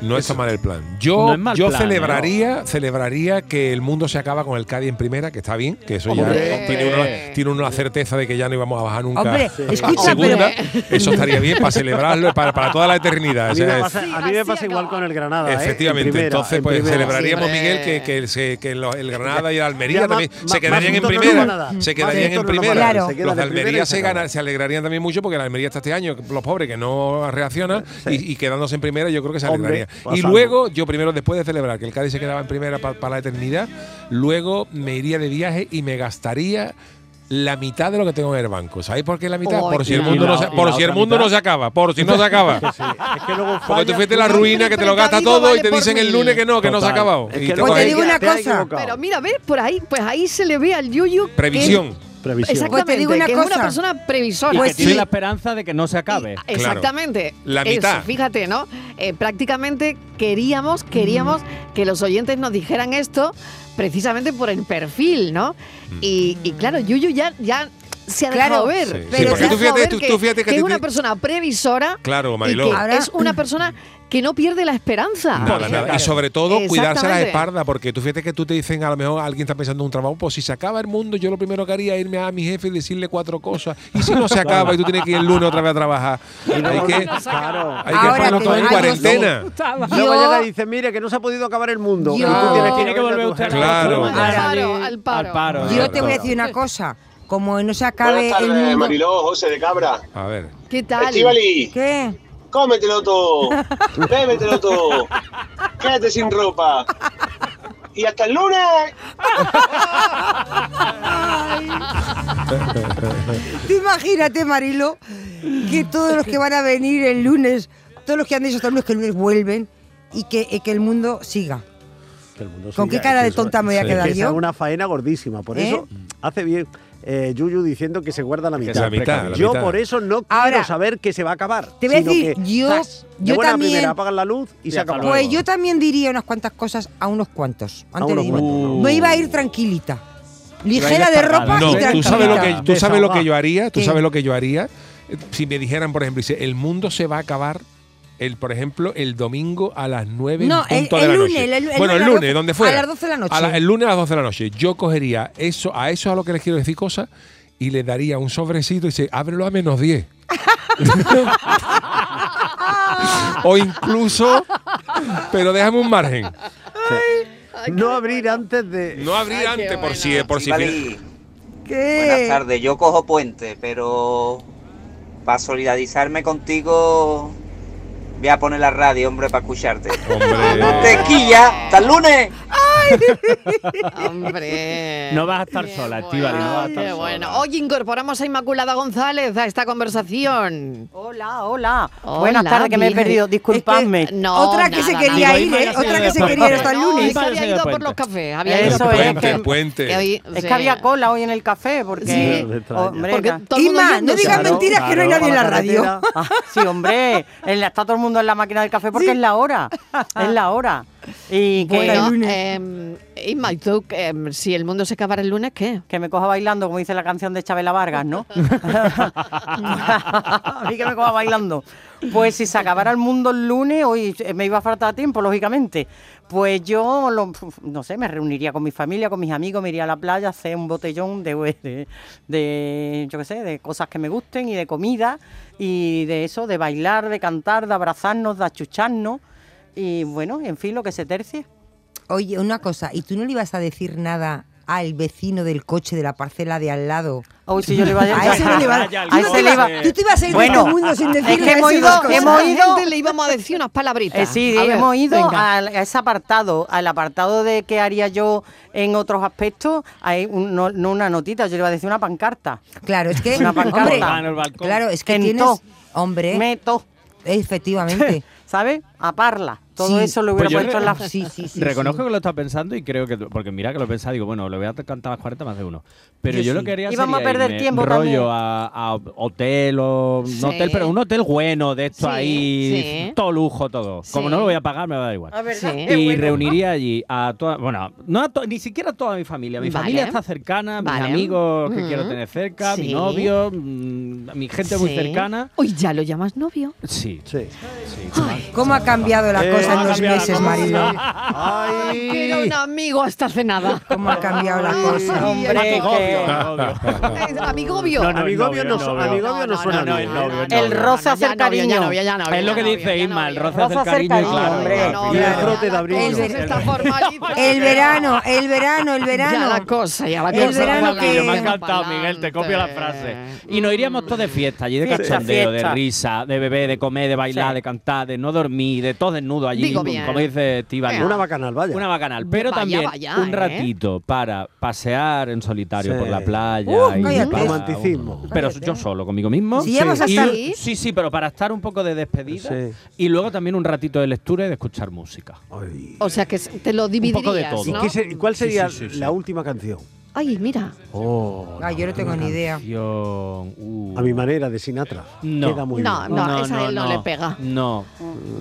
S6: No está mal el plan. Yo,
S3: No es mal
S6: yo
S3: plan, ¿eh?
S6: celebraría, celebraría que el mundo se acaba con el Cádiz en primera, que está bien, que eso ya
S3: Hombre.
S6: tiene uno, la- tiene uno la certeza de que ya no íbamos a bajar nunca
S4: Hombre,
S6: a
S4: escucha,
S6: segunda.
S4: pero-
S6: Eso estaría bien para celebrarlo para, para toda la eternidad.
S5: A
S6: o
S5: mí
S6: sea,
S5: me
S6: es-
S5: pasa, a mí me pasa igual con el Granada. ¿eh? En
S6: Efectivamente,
S5: primera,
S6: entonces
S5: en
S6: pues
S5: primera.
S6: celebraríamos,
S1: Sí,
S6: Miguel, que,
S1: hombre.
S6: que, el- se- que lo- el Granada y el Almería
S5: Ya, ma-
S6: también
S5: ma-
S6: se quedarían
S5: más
S6: en
S5: juntos no
S6: primera.
S5: nos van a dar.
S6: se
S5: Más
S6: quedarían
S5: juntos
S6: en
S5: no nos van a
S6: primera.
S4: dar. Claro. Se
S5: queda
S6: Los de
S5: de primera
S6: Almería
S5: y se
S6: se,
S5: acabó.
S6: ganan- se alegrarían también mucho porque el Almería está este año, los pobres que no reaccionan, y, y quedándose en primera, yo creo que se
S5: Hombre,
S6: alegraría. Y
S5: pasamos.
S6: luego, yo primero, después de celebrar que el Cádiz se quedaba en primera pa- para la eternidad, luego me iría de viaje y me gastaría. La mitad de lo que tengo en el banco. ¿Sabéis por qué la mitad?
S1: Ay,
S6: por si el
S1: y
S6: mundo,
S3: la-
S6: no se,
S3: y
S6: por
S3: la
S6: si el
S3: otra
S6: mundo no
S3: mitad.
S6: se acaba. Por si no se acaba.
S5: Es que luego
S6: Porque tú
S5: fallas,
S6: fuiste
S5: tú-
S6: la
S1: Ay,
S6: ruina que te lo gasta
S1: precavida,
S6: todo y
S1: vale
S6: te
S1: por
S6: dicen el
S1: mil.
S6: lunes que no, que no se ha
S3: Total.
S6: acabado.
S5: Es que
S6: Y te
S5: luego
S4: Pues te
S5: ahí
S6: coges-
S4: digo una
S5: te has
S4: cosa.
S5: equivocado.
S1: Pero mira, a ver, por ahí, pues ahí se le ve al Yuyu. que-
S6: Previsión.
S5: Previsión.
S1: Exactamente,
S4: Pues te digo una
S1: que es
S4: cosa.
S1: una persona
S3: Y
S1: previsora.
S3: que
S4: Pues
S3: tiene
S4: sí.
S3: la esperanza de que no se acabe.
S1: Exactamente.
S6: La
S1: Eso,
S6: mitad. Mm.
S1: fíjate, ¿no? Eh, prácticamente queríamos, queríamos que los oyentes nos dijeran esto precisamente por el perfil, ¿no?
S6: Mm.
S1: Y, y claro, Yuyu ya, ya se ha
S4: Claro.
S1: dejado ver.
S6: Sí, sí,
S1: pero se
S6: porque
S1: ha
S6: tú
S1: dejado
S6: fíjate,
S1: ver
S6: tú-
S1: que,
S6: tú fíjate que
S1: que es
S6: te-
S1: una persona previsora.
S6: Claro,
S1: y
S6: Mariló.
S1: que
S4: Ahora-
S1: es una persona que no pierde la esperanza.
S6: Nada,
S1: Por
S6: nada.
S1: ejemplo.
S6: Y sobre todo, cuidarse la
S1: Exactamente.
S6: espalda, porque tú fíjate que tú te dicen, a lo mejor alguien está pensando en un trabajo, pues si se acaba el mundo, yo lo primero que haría es irme a mi jefe y decirle cuatro cosas. Y si no se acaba y tú tienes que ir el lunes otra vez a trabajar. Hay que,
S5: Claro.
S6: hay que
S4: Ahora
S6: ponerlo
S4: te
S6: todo en
S4: digo-
S6: cuarentena.
S5: Luego
S4: Yo-
S5: llega y dice, mire, que no se ha podido acabar el mundo.
S4: Yo-
S5: Y tú tienes
S3: Tiene que
S5: ir a
S3: volver
S5: tu
S3: usted a la
S5: jefe.
S6: Claro.
S3: costumbre.
S1: Al paro, al paro.
S3: Al paro.
S4: Yo te voy a
S6: claro.
S4: decir una cosa. Como no se acabe el mundo...
S7: José de Cabra.
S6: A ver.
S1: ¿Qué tal?
S7: Estivali,
S4: ¿Qué?
S7: cómetelo todo. Bébetelo todo. Quédate sin ropa. Y hasta el lunes.
S4: Tú imagínate, Marilo, que todos los que van a venir el lunes, todos los que han dicho hasta el lunes que el lunes vuelven y que, y que el mundo siga.
S5: Que el mundo
S4: ¿Con
S5: siga,
S4: qué cara
S5: que
S4: de
S5: eso-
S4: tonta me voy a
S5: que
S4: quedar
S5: esa
S4: yo?
S5: Es una faena gordísima. Por
S4: ¿Eh?
S5: eso hace bien eh, Yuyu diciendo que se guarda la mitad.
S6: se la mitad, la
S5: yo
S6: mitad.
S5: por eso no quiero
S4: Ahora,
S5: saber que se va a acabar.
S4: te voy a
S5: sino
S4: decir,
S5: que,
S4: yo-
S5: ¡zas! de
S4: yo
S5: buena
S4: también-
S5: primera apagan la luz y,
S3: Y
S5: se
S3: hasta
S5: acabó.
S4: Pues
S3: luego.
S4: yo también diría unas cuantas cosas a unos cuantos. Antes
S5: unos
S4: de irme.
S5: cuantos,
S3: ¿no?
S4: Me iba a ir tranquilita.
S3: Iba
S4: Ligera
S3: a ir
S4: de
S3: esparrada.
S4: ropa
S6: No, eh,
S4: y
S6: tú
S4: tranquilita.
S6: sabes lo que tú sabes lo que yo haría, tú
S4: ¿Qué?
S6: sabes lo que yo haría. Eh, Si me dijeran, por ejemplo, dice, el mundo se va a acabar el, por ejemplo, el domingo a las 9 en
S4: No, el-
S6: punto
S4: el
S6: de la
S4: lunes,
S6: noche.
S4: el- el
S6: bueno,
S4: lunes a
S6: el
S4: las
S6: lunes,
S4: doce-
S6: donde
S4: a
S6: fuera.
S4: las doce de la noche.
S6: A el lunes a las 12 de la noche. Yo cogería eso, a eso es a lo que les quiero decir cosas y le daría un sobrecito y dice, ábrelo a menos 10. o incluso, pero déjame un margen.
S5: No abrir antes de.
S6: No abrir
S1: Ay, qué
S6: antes por si,
S1: bueno.
S6: por si.
S4: ¿Qué?
S11: Buenas tardes, yo cojo puente, pero para solidarizarme contigo voy a poner la radio, hombre, para escucharte.
S6: Hombre.
S11: Tequilla, hasta el lunes.
S1: Hombre.
S3: No vas a estar
S1: Qué
S3: sola,
S1: bueno,
S3: Estíbaliz, no vas a estar
S1: qué
S3: sola.
S1: bueno. Hoy incorporamos a Inmaculada González a esta conversación.
S12: Hola, hola.
S1: Hola,
S12: Buenas tardes, que me he
S1: Virgen.
S12: perdido. Disculpadme.
S1: No,
S4: Otra que se
S1: nada,
S4: quería
S1: nada.
S4: ir, ¿eh?
S3: Digo,
S4: Otra que se
S3: Inma,
S4: quería ir hasta el
S3: Inma,
S1: No,
S4: lunes.
S1: es que
S3: Inma,
S1: había
S3: Inma,
S1: ido
S3: Inma,
S1: por
S3: Inma.
S1: los cafés. Había ido
S12: Eso
S1: por
S12: es,
S1: los
S6: puente,
S1: cafés.
S6: puente.
S1: Que hoy-
S12: Es
S1: sí.
S12: que había cola hoy en el café porque.
S1: Sí.
S5: No te extraña.
S12: Hombre,
S1: Porque
S12: ca-
S1: todo el mundo
S4: Inma, no
S1: yéndose.
S4: digas
S5: Claro,
S4: mentiras que no hay
S5: claro,
S4: nadie en la
S5: para
S4: radio.
S12: Ah, sí, hombre. En la- está todo el mundo en la máquina del café porque es la hora. Es la hora. Y que,
S1: Bueno, eh, Inma, ¿y tú, eh, si el mundo se acabara el lunes, ¿qué?
S12: que me coja bailando, como dice la canción de Chabela Vargas, ¿no? a mí que me coja bailando. Pues si se acabara el mundo el lunes, hoy eh, me iba a faltar tiempo, lógicamente. Pues yo, lo- no sé, me reuniría con mi familia, con mis amigos, me iría a la playa, hacer un botellón de, de, de, yo qué sé, de cosas que me gusten y de comida y de eso, de bailar, de cantar, de abrazarnos, de achucharnos y bueno, en fin, lo que se tercie.
S4: Oye, una cosa, ¿y tú no le ibas a decir nada al vecino del coche de la parcela de al lado?
S12: Uy, si yo le iba a-
S4: A ese no le iba
S3: Vaya,
S4: tú no
S3: al
S4: te ibas-
S12: coche.
S4: Tú te ibas a ir
S12: Bueno,
S4: de este mundo sin
S12: es
S4: decirle
S12: que hemos
S4: esas
S12: ido-
S4: cosas.
S12: hemos
S1: A la
S12: ido-
S1: gente le íbamos a decir unas palabritas.
S12: Eh, sí,
S1: A ver,
S12: hemos ido
S1: venga.
S12: al- a ese apartado, al apartado de qué haría yo en otros aspectos, hay un- no, no una notita, yo le iba a decir una pancarta.
S4: Claro, es que.
S12: Una pancarta.
S4: hombre,
S12: Ah, en
S3: el balcón.
S4: Claro, es que
S12: En
S4: tienes.
S12: todo.
S4: Hombre,
S12: Meto,
S4: efectivamente.
S12: ¿sabes? A parla. Todo eso lo hubiera
S3: Pues yo
S12: puesto en la...
S3: re-
S12: Sí, sí, sí.
S3: Reconozco que lo estaba pensando y creo que. Porque mira que lo pensaba, digo, bueno, le voy a cantar las 40 más de uno. Pero
S12: Yo
S3: yo, lo
S12: sí.
S3: que haría
S12: Y vamos a
S3: sería
S12: perder
S3: irme
S12: tiempo también.
S3: rollo a, a hotel o.
S12: Sí.
S3: No hotel, pero un hotel bueno de esto
S12: Sí,
S3: ahí.
S12: sí.
S3: Todo lujo, todo. Como
S12: Sí.
S3: no lo voy a pagar, me da igual.
S12: A ver,
S3: Y reuniría allí a toda. Bueno, no a to- ni siquiera a toda mi familia. Mi
S12: Vale.
S3: familia está cercana,
S1: Vale.
S3: mis amigos que
S1: Mm.
S3: quiero tener cerca, mi
S1: Sí.
S3: novio, mm, mi gente muy
S1: Sí.
S3: cercana.
S1: Uy, ya lo llamas novio.
S3: Sí. Sí.
S4: ¿Cómo ha cambiado la
S3: Eh,
S4: cosa en
S3: ha
S4: dos
S3: cambiado la
S4: meses,
S3: cosa.
S4: Marilo?
S1: Ay, que era un amigo hasta hace nada.
S4: ¿Cómo ha cambiado la cosa?
S12: Hombre, que-
S1: Amigobio.
S5: No, no, Amigobio no su- amigobio no suena
S3: No,
S5: bien. ¿eh?
S3: no, no, no,
S12: El
S3: no,
S12: roce
S3: no,
S12: hace
S3: ya
S12: el
S3: novio, ya
S12: cariño.
S3: novio, ya novio,
S12: Es lo que
S3: dice Isma, el roce
S12: Roce
S3: hace el
S12: hace el
S3: cariño.
S12: cariño,
S3: y claro,
S12: hombre.
S3: claro,
S12: No,
S5: Y el
S3: claro.
S5: frote de abril.
S4: El verano, el verano, el verano.
S1: Ya la cosa, ya la
S4: El
S1: cosa.
S4: verano
S1: Juan
S4: que-
S1: Ramiro,
S3: Me ha encantado, Miguel, te copio la frase. Y nos iríamos todos de fiesta, allí de
S12: Fiesta,
S3: cachondeo, de
S12: fiesta.
S3: risa, de beber, de comer, de bailar,
S12: Sí.
S3: de cantar, de no dormir, de todo desnudo allí,
S1: Digo
S3: como
S1: bien.
S3: como dice Tibali.
S5: Una bacanal, vaya.
S3: Una bacanal, pero
S1: Vaya,
S3: también
S1: vaya,
S3: un
S1: ¿eh?
S3: ratito para pasear en solitario
S5: Sí.
S3: por la playa.
S5: Uh,
S3: y
S5: cállate.
S3: para-
S5: Romanticismo.
S3: Pero yo solo, conmigo mismo.
S4: Si llevas
S3: Y-
S4: hasta-
S3: sí, sí, pero para estar un poco de despedida.
S5: Sí.
S3: Y luego también un ratito de lectura y de escuchar música.
S1: O sea, que s- te lo dividirías,
S3: poco de todo.
S5: ¿Y
S1: ¿no?
S5: qué se- cuál
S3: Sí, sí,
S5: sería
S3: sí, sí.
S5: la última canción?
S1: Ay, mira.
S3: Oh,
S4: Ah, yo no tengo ni idea.
S3: canción. Uh.
S5: A mi manera, de Sinatra.
S3: No.
S5: Queda muy
S1: No,
S5: bien. Ah.
S1: no, esa a él no, le pega.
S3: No.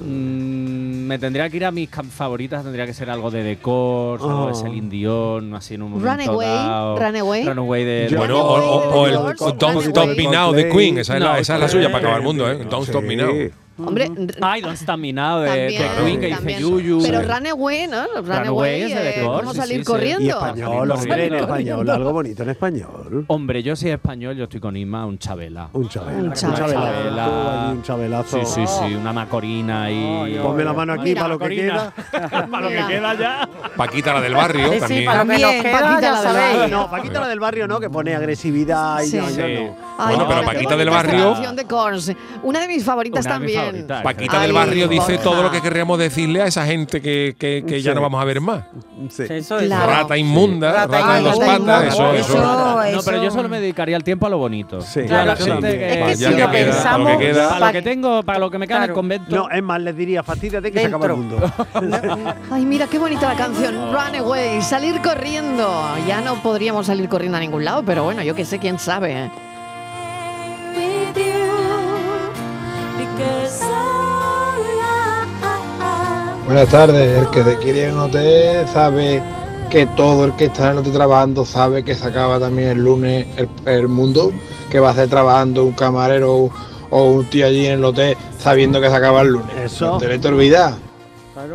S3: Mm, me tendría que ir a mis cam- favoritas, tendría que ser algo de decor, algo de
S5: Oh.
S3: Celine Dion, así en un momento
S1: Runaway,
S3: dado.
S1: Runaway.
S3: Runaway de...
S6: Bueno, o, o- o el Don't Stop Me Now de Queen, esa es, la, esa es la suya para acabar el mundo, ¿eh? Don't Stop Me Now.
S1: Hombre, r-
S3: Ay, Don't Stop Me Now de, de
S1: también,
S3: Queen, que dice
S1: también.
S3: Yuyu.
S1: Pero Runaway, ¿no? Runaway,
S3: Runaway es de
S1: eh,
S3: decor,
S1: ¿cómo
S3: sí,
S1: salir
S3: sí, sí.
S1: corriendo?
S5: Y español,
S3: Vamos a
S5: hombre,
S3: ver,
S5: en
S3: ¿no?
S5: español, algo bonito en español.
S3: Hombre, yo soy español, yo estoy con Isma, un chabela.
S5: Un chabela.
S1: Un
S5: Un
S1: chabela.
S5: chabela. Tú allí, Un
S3: Sí,
S5: chabelazo.
S3: sí, sí, una macorina y...
S5: Ponme la mano aquí
S1: Mira,
S5: para lo que queda.
S3: para lo que
S1: Mira.
S3: queda ya.
S6: Paquita, la del barrio,
S12: Sí, sí,
S6: también.
S12: para lo que nos
S4: También,
S12: queda,
S1: Paquita,
S12: ya
S1: la verdad.
S12: sabéis.
S5: No, Paquita la del barrio no, que pone agresividad y
S1: Sí.
S5: no, yo
S3: Sí.
S5: no.
S1: Ay,
S6: Bueno, pero
S1: qué
S6: Paquita del
S1: bonita esta
S6: Barrio-
S1: canción de Korns. Una de mis favoritas
S3: Una de mis
S1: también.
S3: favoritas.
S6: Paquita
S1: Ay,
S6: del barrio dice
S1: Borja.
S6: todo lo que querríamos decirle a esa gente que, que- que ya
S5: Sí.
S6: no vamos a ver más.
S5: Sí.
S12: Eso es.
S1: Claro.
S6: Rata inmunda,
S12: Rata
S6: rata de dos
S12: inmunda,
S6: patas,
S12: rata
S6: eso,
S12: inmunda.
S6: eso.
S3: No, pero yo solo me dedicaría el tiempo a lo bonito.
S5: Sí,
S3: Yo a la
S5: claro,
S3: gente
S5: sí.
S3: que-
S12: Es que
S6: Vaya
S12: si
S6: que
S12: lo
S6: queda,
S12: pensamos,
S6: lo que queda.
S3: Para lo que tengo, para lo que me queda en
S12: Claro.
S3: el convento.
S5: No, es más, les diría, fastidiate que se acaba
S12: Dentro.
S5: el mundo.
S1: Ay, mira qué bonita la canción. Runaway, salir corriendo. Ya no podríamos salir corriendo a ningún lado, pero bueno, yo que sé, quién sabe.
S8: with you because I
S13: Buenas tardes, el que te quiere en un hotel sabe que todo el que está en el hotel trabajando sabe que se acaba también el lunes el, el mundo, que va a estar trabajando un camarero o, o un tío allí en el hotel sabiendo que se acaba el lunes.
S5: Eso.
S13: No te le te olvidas.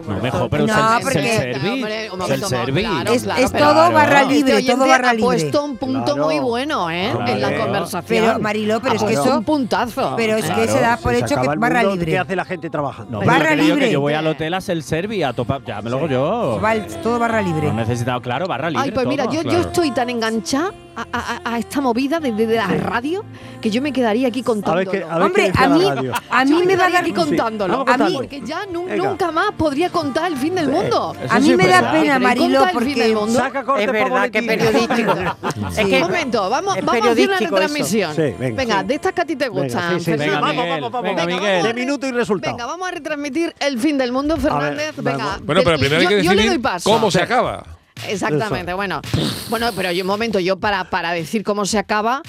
S3: No, mejor, pero
S4: No,
S3: es el- es el
S4: porque-
S1: Hombre,
S3: service.
S1: un momento,
S3: Es el
S1: no,
S3: service.
S1: claro,
S4: Es-
S1: claro,
S4: es
S1: pero-
S4: todo barra
S1: Este
S4: libre,
S1: oyente
S4: todo barra
S1: ha
S4: libre.
S1: puesto un punto
S5: Claro.
S1: muy bueno, ¿eh? En la
S5: Claro.
S1: conversación.
S4: Pero, Marilo, pero es que
S1: Claro. un
S4: eso.
S1: puntazo.
S4: Pero es que
S5: Claro,
S4: se da por
S5: si
S4: hecho que
S5: acaba
S4: es
S5: el
S4: barra
S5: mundo, ¿Qué
S4: libre.
S5: hace la gente trabajando?
S3: No,
S5: Pero
S3: pero
S4: Barra
S3: que digo que
S4: libre.
S3: yo voy al hotel a hacer service, a topar. Ya me lo hago yo.
S4: Va el- todo barra libre.
S3: Lo he necesitado, claro, barra libre.
S1: Ay, pues mira,
S3: todo.
S1: yo,
S6: claro.
S1: yo estoy tan enganchada a, a- a- a esta movida de, de- de la radio que yo me quedaría aquí
S5: a
S1: contándolo.
S5: ver qué, a ver qué
S4: Hombre,
S5: decía
S4: a
S5: la
S4: mí,
S5: radio.
S4: a
S1: Yo
S4: mí me va a
S1: quedaría
S4: dar.
S1: aquí
S5: Sí,
S1: contándolo.
S5: vamos
S1: a mí,
S5: contando.
S1: porque ya nu-
S5: Venga.
S1: nunca más podría contar el fin del mundo.
S4: A
S3: Eso
S4: mí
S3: sí
S4: me
S3: es
S4: da
S3: verdad.
S4: pena,
S1: Pero
S4: Marilo,
S1: conta el fin del
S4: porque.
S1: mundo.
S5: Saca corte
S12: Es
S5: pa'
S12: verdad que es
S5: boletín.
S12: periodístico.
S4: Sí.
S12: Es
S1: Un
S12: que
S1: momento, vamos,
S12: es
S1: vamos a hacer una
S12: periodístico eso.
S1: retransmisión.
S5: Sí, venga. Sí.
S1: de estas que a ti te
S5: Venga,
S1: gustan.
S5: sí, sí, sí.
S3: Venga,
S1: Fernando.
S5: vamos,
S3: Miguel,
S5: vamos, vamos.
S3: venga, Miguel.
S5: De minuto y resultado.
S1: Venga, vamos a retransmitir el fin del mundo, Fernández.
S5: vamos.
S1: venga,
S6: Bueno, pero primero hay
S1: yo,
S6: que
S1: yo le doy
S6: decidir
S1: paso.
S6: cómo se acaba.
S1: Exactamente,
S5: Eso.
S1: bueno. Bueno, pero yo un momento, yo para, para decir cómo se acaba,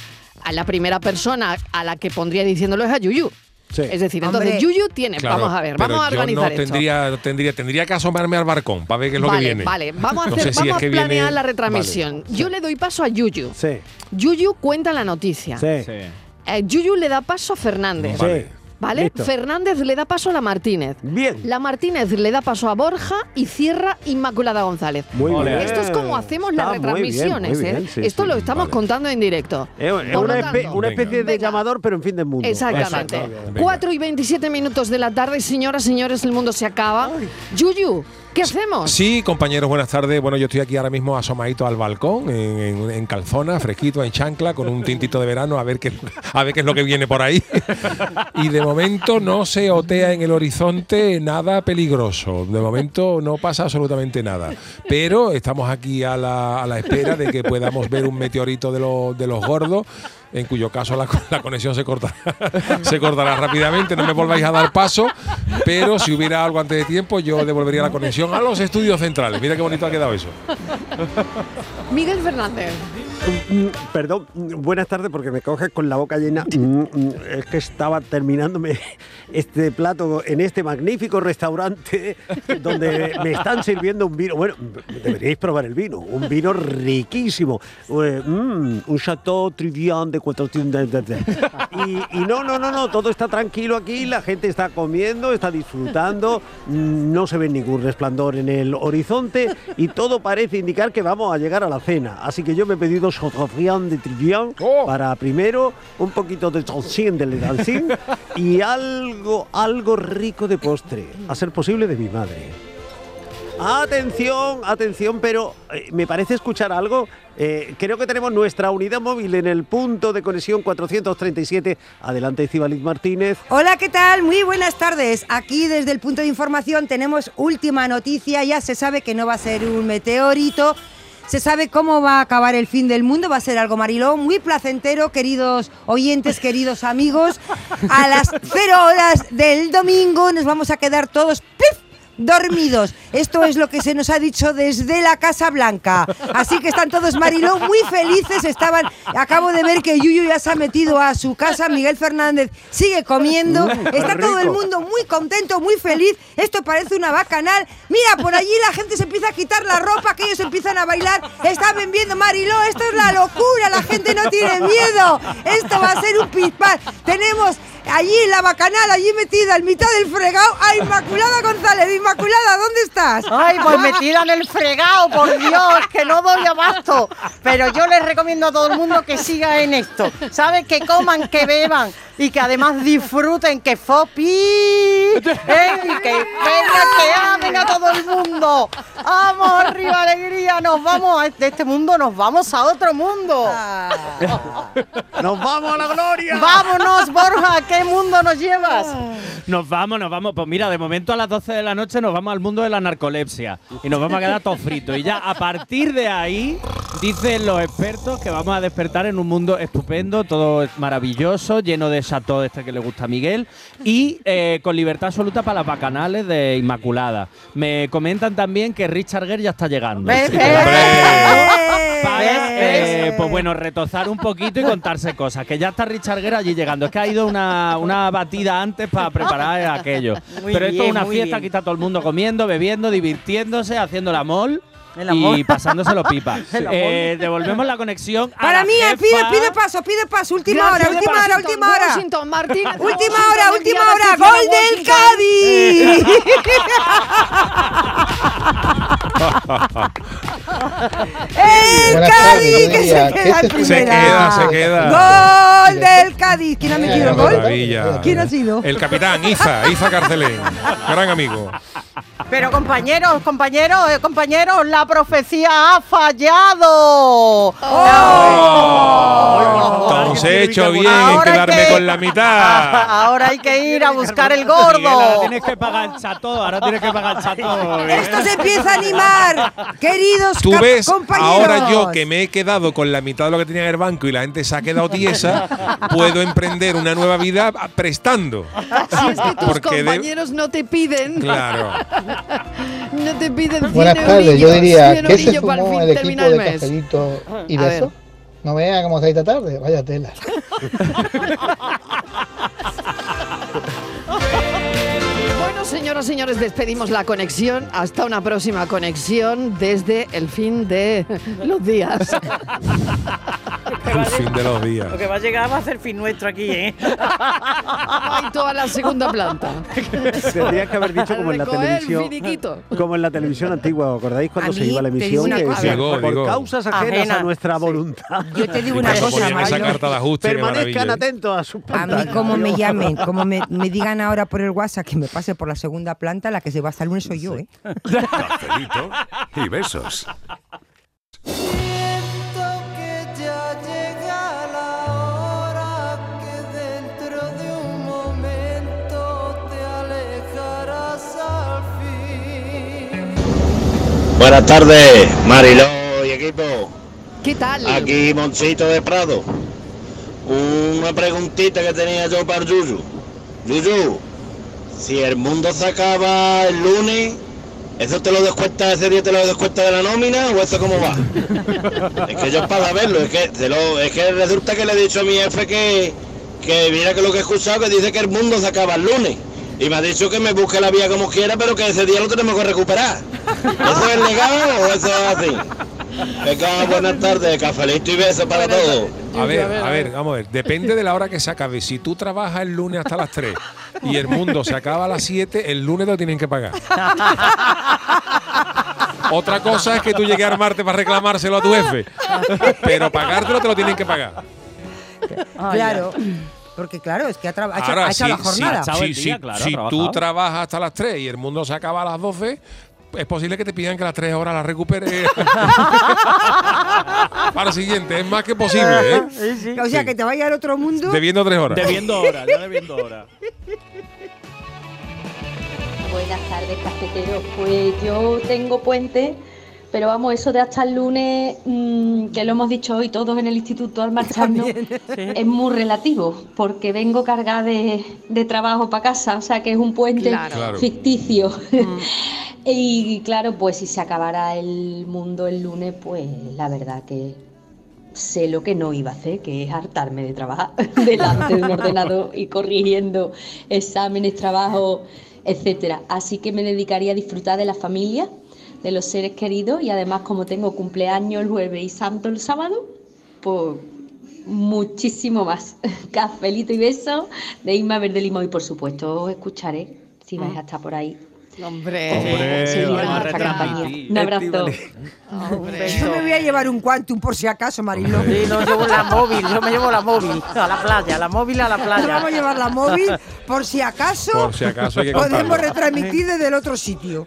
S1: a la primera persona a la que pondría diciéndolo es a Yuyu.
S5: Sí.
S1: Es decir, entonces
S4: Hombre.
S1: Yuyu tiene,
S6: Claro,
S1: vamos a ver,
S6: pero
S1: vamos a
S6: yo
S1: organizar
S6: no
S1: esto.
S6: tendría, tendría, tendría que asomarme al barcón para ver qué es lo
S1: vale,
S6: que viene.
S1: vale, vamos a,
S6: No
S1: hacer,
S6: sé si
S1: vamos
S6: es que
S1: a planear
S6: viene-
S1: la retransmisión.
S6: Vale.
S1: Yo le doy paso a Yuyu.
S5: Sí,
S1: Yuyu cuenta la noticia.
S5: sí, sí.
S3: Sí.
S1: Eh, Yuyu le da paso a Fernández.
S6: Vale.
S1: ¿Vale?
S5: Listo.
S1: Fernández le da paso a la Martínez.
S5: Bien.
S1: La Martínez le da paso a Borja y cierra Inmaculada González.
S5: Muy
S3: Ole.
S5: bien.
S1: Esto es como hacemos
S5: Está
S1: las
S5: muy bien, muy
S1: retransmisiones. ¿eh?
S5: bien, sí,
S1: Esto
S5: sí.
S1: lo estamos
S6: vale.
S1: contando en directo.
S5: Es es
S1: Por lo
S5: una,
S1: tanto-
S5: espe- una especie de
S1: Venga.
S5: llamador, pero en fin del mundo.
S1: Exactamente.
S5: Exacto.
S6: Venga.
S1: 4 y 27 minutos de la tarde, señoras, señores, el mundo se acaba. Yuyu, ¿qué hacemos?
S6: Sí, compañeros, buenas tardes. Bueno, yo estoy aquí ahora mismo asomadito al balcón, en, en- en calzona, fresquito, en chancla, con un tintito de verano, a ver qué, a ver qué es lo que viene por ahí. Y de momento no se otea en el horizonte nada peligroso. De momento no pasa absolutamente nada. Pero estamos aquí a la, a la espera de que podamos ver un meteorito de, los- de los gordos. en cuyo caso la, co- la conexión se cortará, se cortará rápidamente, no me volváis a dar paso, pero si hubiera algo antes de tiempo, yo devolvería la conexión a los estudios centrales. Mira qué bonito ha quedado eso.
S1: Miguel Fernández.
S5: Mm, Perdón, mm, buenas tardes porque me coges con la boca llena. Mm, mm, Es que estaba terminándome este plato en este magnífico restaurante donde me están sirviendo un vino. Bueno, deberíais probar el vino, un vino riquísimo. Eh, mm, un Chateau Trivian de 400. de- de- de. Y, y no, no, no, no, todo está tranquilo aquí, la gente está comiendo, está disfrutando, mm, no se ve ningún resplandor en el horizonte y todo parece indicar que vamos a llegar a la cena. Así que yo me he pedido Chateaubriand de Trillán para primero un poquito de Chansin de Le Dancing y algo, algo rico de postre, a ser posible de mi madre. Atención, atención, pero eh, me parece escuchar algo. Eh, creo que tenemos nuestra unidad móvil en el punto de conexión 437. Adelante, Cibaliz Martínez.
S4: Hola, ¿qué tal? Muy buenas tardes. Aquí desde el punto de información tenemos última noticia. Ya se sabe que no va a ser un meteorito. Se sabe cómo va a acabar el fin del mundo. Va a ser algo marilón, muy placentero, queridos oyentes, queridos amigos. A las cero horas del domingo nos vamos a quedar todos ¡pif! dormidos. Esto es lo que se nos ha dicho desde la Casa Blanca. Así que están todos Mariló muy felices. Estaban. Acabo de ver que Yuyu ya se ha metido a su casa. Miguel Fernández sigue comiendo.
S14: Mm,
S4: Está todo el
S14: rico.
S4: mundo muy contento, muy feliz. Esto parece una bacanal. Mira, por allí la gente se empieza a quitar la ropa, que ellos empiezan a bailar. Están vendiendo Mariló. Esto es la locura. La gente no tiene miedo. Esto va a ser un pispán. Tenemos allí la bacanal, allí metida, en mitad del fregado, a Inmaculada González. Inmaculada, ¿dónde estás?
S12: Ay, pues me tiran el fregado, por Dios, que no doy abasto. Pero yo les recomiendo a todo el mundo que siga en esto. ¿Sabes? Que coman, que beban y que además disfruten, que fopi. ¿eh? Y que venga, que amen a todo el mundo. Vamos, arriba, alegría, nos vamos a- de este mundo, nos vamos a otro mundo.
S5: ¡Nos vamos a la gloria!
S12: Vámonos, Borja, ¿a qué mundo nos llevas?
S3: Nos vamos, nos vamos. Pues mira, de momento a las 12 de la noche nos vamos al mundo de la narcolepsia y nos vamos a quedar todos fritos. Y ya a partir de ahí, dicen los expertos que vamos a despertar en un mundo estupendo, todo es maravilloso, lleno de chateau este que le gusta a Miguel y eh, con libertad absoluta para las bacanales de Inmaculada. Me comentan también que Richard Gere ya está llegando. Eh, pues bueno, retozar un poquito y contarse cosas. Que ya está Richard Guerra allí llegando. Es que ha ido una, una batida antes para preparar aquello.
S12: Muy
S3: Pero esto es
S12: bien,
S3: una
S12: muy
S3: fiesta,
S12: bien.
S3: aquí está todo el mundo comiendo, bebiendo, divirtiéndose, haciendo la mol.
S12: El amor.
S3: Y pasándoselo pipa.
S12: El amor.
S3: Eh, devolvemos la conexión. a
S4: Para
S3: la
S4: mí, eh,
S3: jefa.
S4: pide, pide paso, pide paso. Última hora,
S1: Gracias, pide
S4: última
S1: paso.
S4: hora, última hora.
S1: Washington, Martín, hacia
S4: última
S1: Washington,
S4: hora, última
S1: enviada
S4: hora.
S1: hacia
S4: Gol del
S1: Washington.
S4: Cádiz. ¡El
S13: Buenas tardes,
S4: Cádiz!
S13: buen
S4: Que
S13: día.
S4: se
S13: ¿Qué
S4: queda en
S13: te-
S4: primera.
S6: Se queda, se queda.
S4: ¡Gol del Cádiz! ¿Quién ha metido el gol?
S6: Maravilla.
S4: ¿Quién ha sido?
S6: El capitán, Iza, Iza Carcelén. Gran amigo.
S12: Pero compañeros, compañeros, eh, compañeros, la profecía ha fallado.
S6: Entonces he hecho bien en
S12: Ahora
S6: quedarme
S12: que-
S6: con la mitad.
S12: Ahora hay que ir a buscar el
S3: Miguel, ahora
S12: gordo.
S3: tienes que pagar el chato, ahora tienes que pagar el chato.
S4: Esto se empieza a animar, queridos
S6: Tú
S4: cap-
S6: ves,
S4: compañeros.
S6: ahora yo que me he quedado con la mitad de lo que tenía en el banco y la gente se ha quedado tiesa, puedo emprender una nueva vida ah, prestando.
S1: Si es que tus
S6: Porque de-
S1: compañeros no te piden.
S6: Claro.
S1: No te piden 100
S13: Buenas tardes, yo
S1: eurillos,
S13: diría,
S1: 100
S13: ¿qué se
S1: eurillos para
S13: fumó
S1: fin
S13: el equipo
S1: terminar
S13: de
S1: mes.
S13: Cafelito y
S1: A
S13: Beso?
S1: ver.
S13: No vea cómo está esta tarde, vaya tela.
S1: Bueno, señoras y señores, despedimos la conexión. Hasta una próxima conexión desde el fin de los días.
S6: El fin de los días.
S12: Lo que va a llegar va a ser fin nuestro aquí, ¿eh?
S1: Hay toda la segunda planta.
S5: Tendrías que haber dicho como en la
S1: Recoger el
S5: televisión.
S1: finiquito.
S5: Como en la televisión antigua, ¿os acordáis cuando se iba la
S1: te digo
S5: emisión?
S1: una
S5: Que
S1: cosa.
S5: decían,
S1: Digo,
S5: por
S1: digo.
S5: causas ajenas
S1: Ajena.
S5: a nuestra voluntad.
S4: Yo te digo Y una cuando cosa, ponían esa Mario. carta de ajuste, qué
S5: Permanezcan
S4: maravilla, ¿eh?
S5: atentos a sus
S4: A mí,
S5: pantallas.
S4: como me llamen, como me, me digan ahora por el WhatsApp que me pase por la segunda planta, la que se va hasta el lunes soy yo, ¿eh?
S15: Cafelito y besos.
S2: Ya llega la hora que dentro de un momento te alejarás al fin.
S16: Buenas tardes, Mariló y equipo.
S1: ¿Qué tal?
S16: Aquí Monchito de Prado. Una preguntita que tenía yo para Yuyu. Yuyu, si el mundo se acaba el lunes, ¿eso te lo descuenta, ese día te lo descuenta de la nómina o eso cómo va? es que yo es para saberlo, es que, se lo- es que resulta que le he dicho a mi jefe que, que mira que lo que he escuchado, que dice que el mundo se acaba el lunes. Y me ha dicho que me busque la vía como quiera, pero que ese día lo tenemos que recuperar. ¿Eso es legal o eso es así? Venga, buenas tardes, cafelito y besos para todos.
S6: A ver, a ver, vamos a ver. Depende de la hora que se acabe. Si tú trabajas el lunes hasta las 3 y el mundo se acaba a las 7, el lunes te lo tienen que pagar. Otra cosa es que tú llegues a armarte para reclamárselo a tu jefe. Pero pagártelo te lo tienen que pagar.
S1: Ah,
S4: claro. Porque claro, es que ha, traba- ha hecho,
S6: Ahora,
S4: ha hecho
S6: si-
S4: la
S6: si-
S4: jornada.
S6: si- si- si tú trabajas hasta las 3 y el mundo se acaba a las 12, es posible que te pidan que las 3 horas las recuperes para el siguiente. Es más que posible, ¿eh?
S4: O sea,
S6: Sí.
S4: que te vaya al otro mundo.
S6: Debiendo tres horas.
S3: Debiendo horas, ya debiendo horas.
S14: Buenas tardes, cafeteros. Pues yo tengo puente, pero vamos, eso de hasta el lunes, mm, que lo hemos dicho hoy todos en el instituto al marcharnos, es muy relativo, porque vengo cargada de, de trabajo para casa, o sea que es un puente
S17: Claro. Claro.
S14: ficticio. y claro, pues si se acabara el mundo el lunes, pues la verdad que sé lo que no iba a hacer, que es hartarme de trabajar delante de un ordenador y corrigiendo exámenes, trabajo, etcétera. Así que me dedicaría a disfrutar de la familia, de los seres queridos y además como tengo cumpleaños el jueves y santo el sábado, pues muchísimo más. Cafelito y beso de Isma Verde Limón y por supuesto os escucharé si vais a estar por ahí.
S1: Hombre,
S14: Hombre,
S1: Sí,
S14: vamos
S1: vamos
S14: a
S1: a estar
S14: retransmitir.
S1: compañía.
S14: Un abrazo.
S4: Ah, Yo me voy a llevar un quantum por si acaso, Mariló.
S12: Sí, no llevo la móvil, yo me llevo la móvil a la playa, la móvil a la playa.
S4: Nos vamos a llevar la móvil por si acaso.
S12: Por si acaso hay que
S4: podemos
S12: contarlo.
S4: retransmitir desde el otro sitio.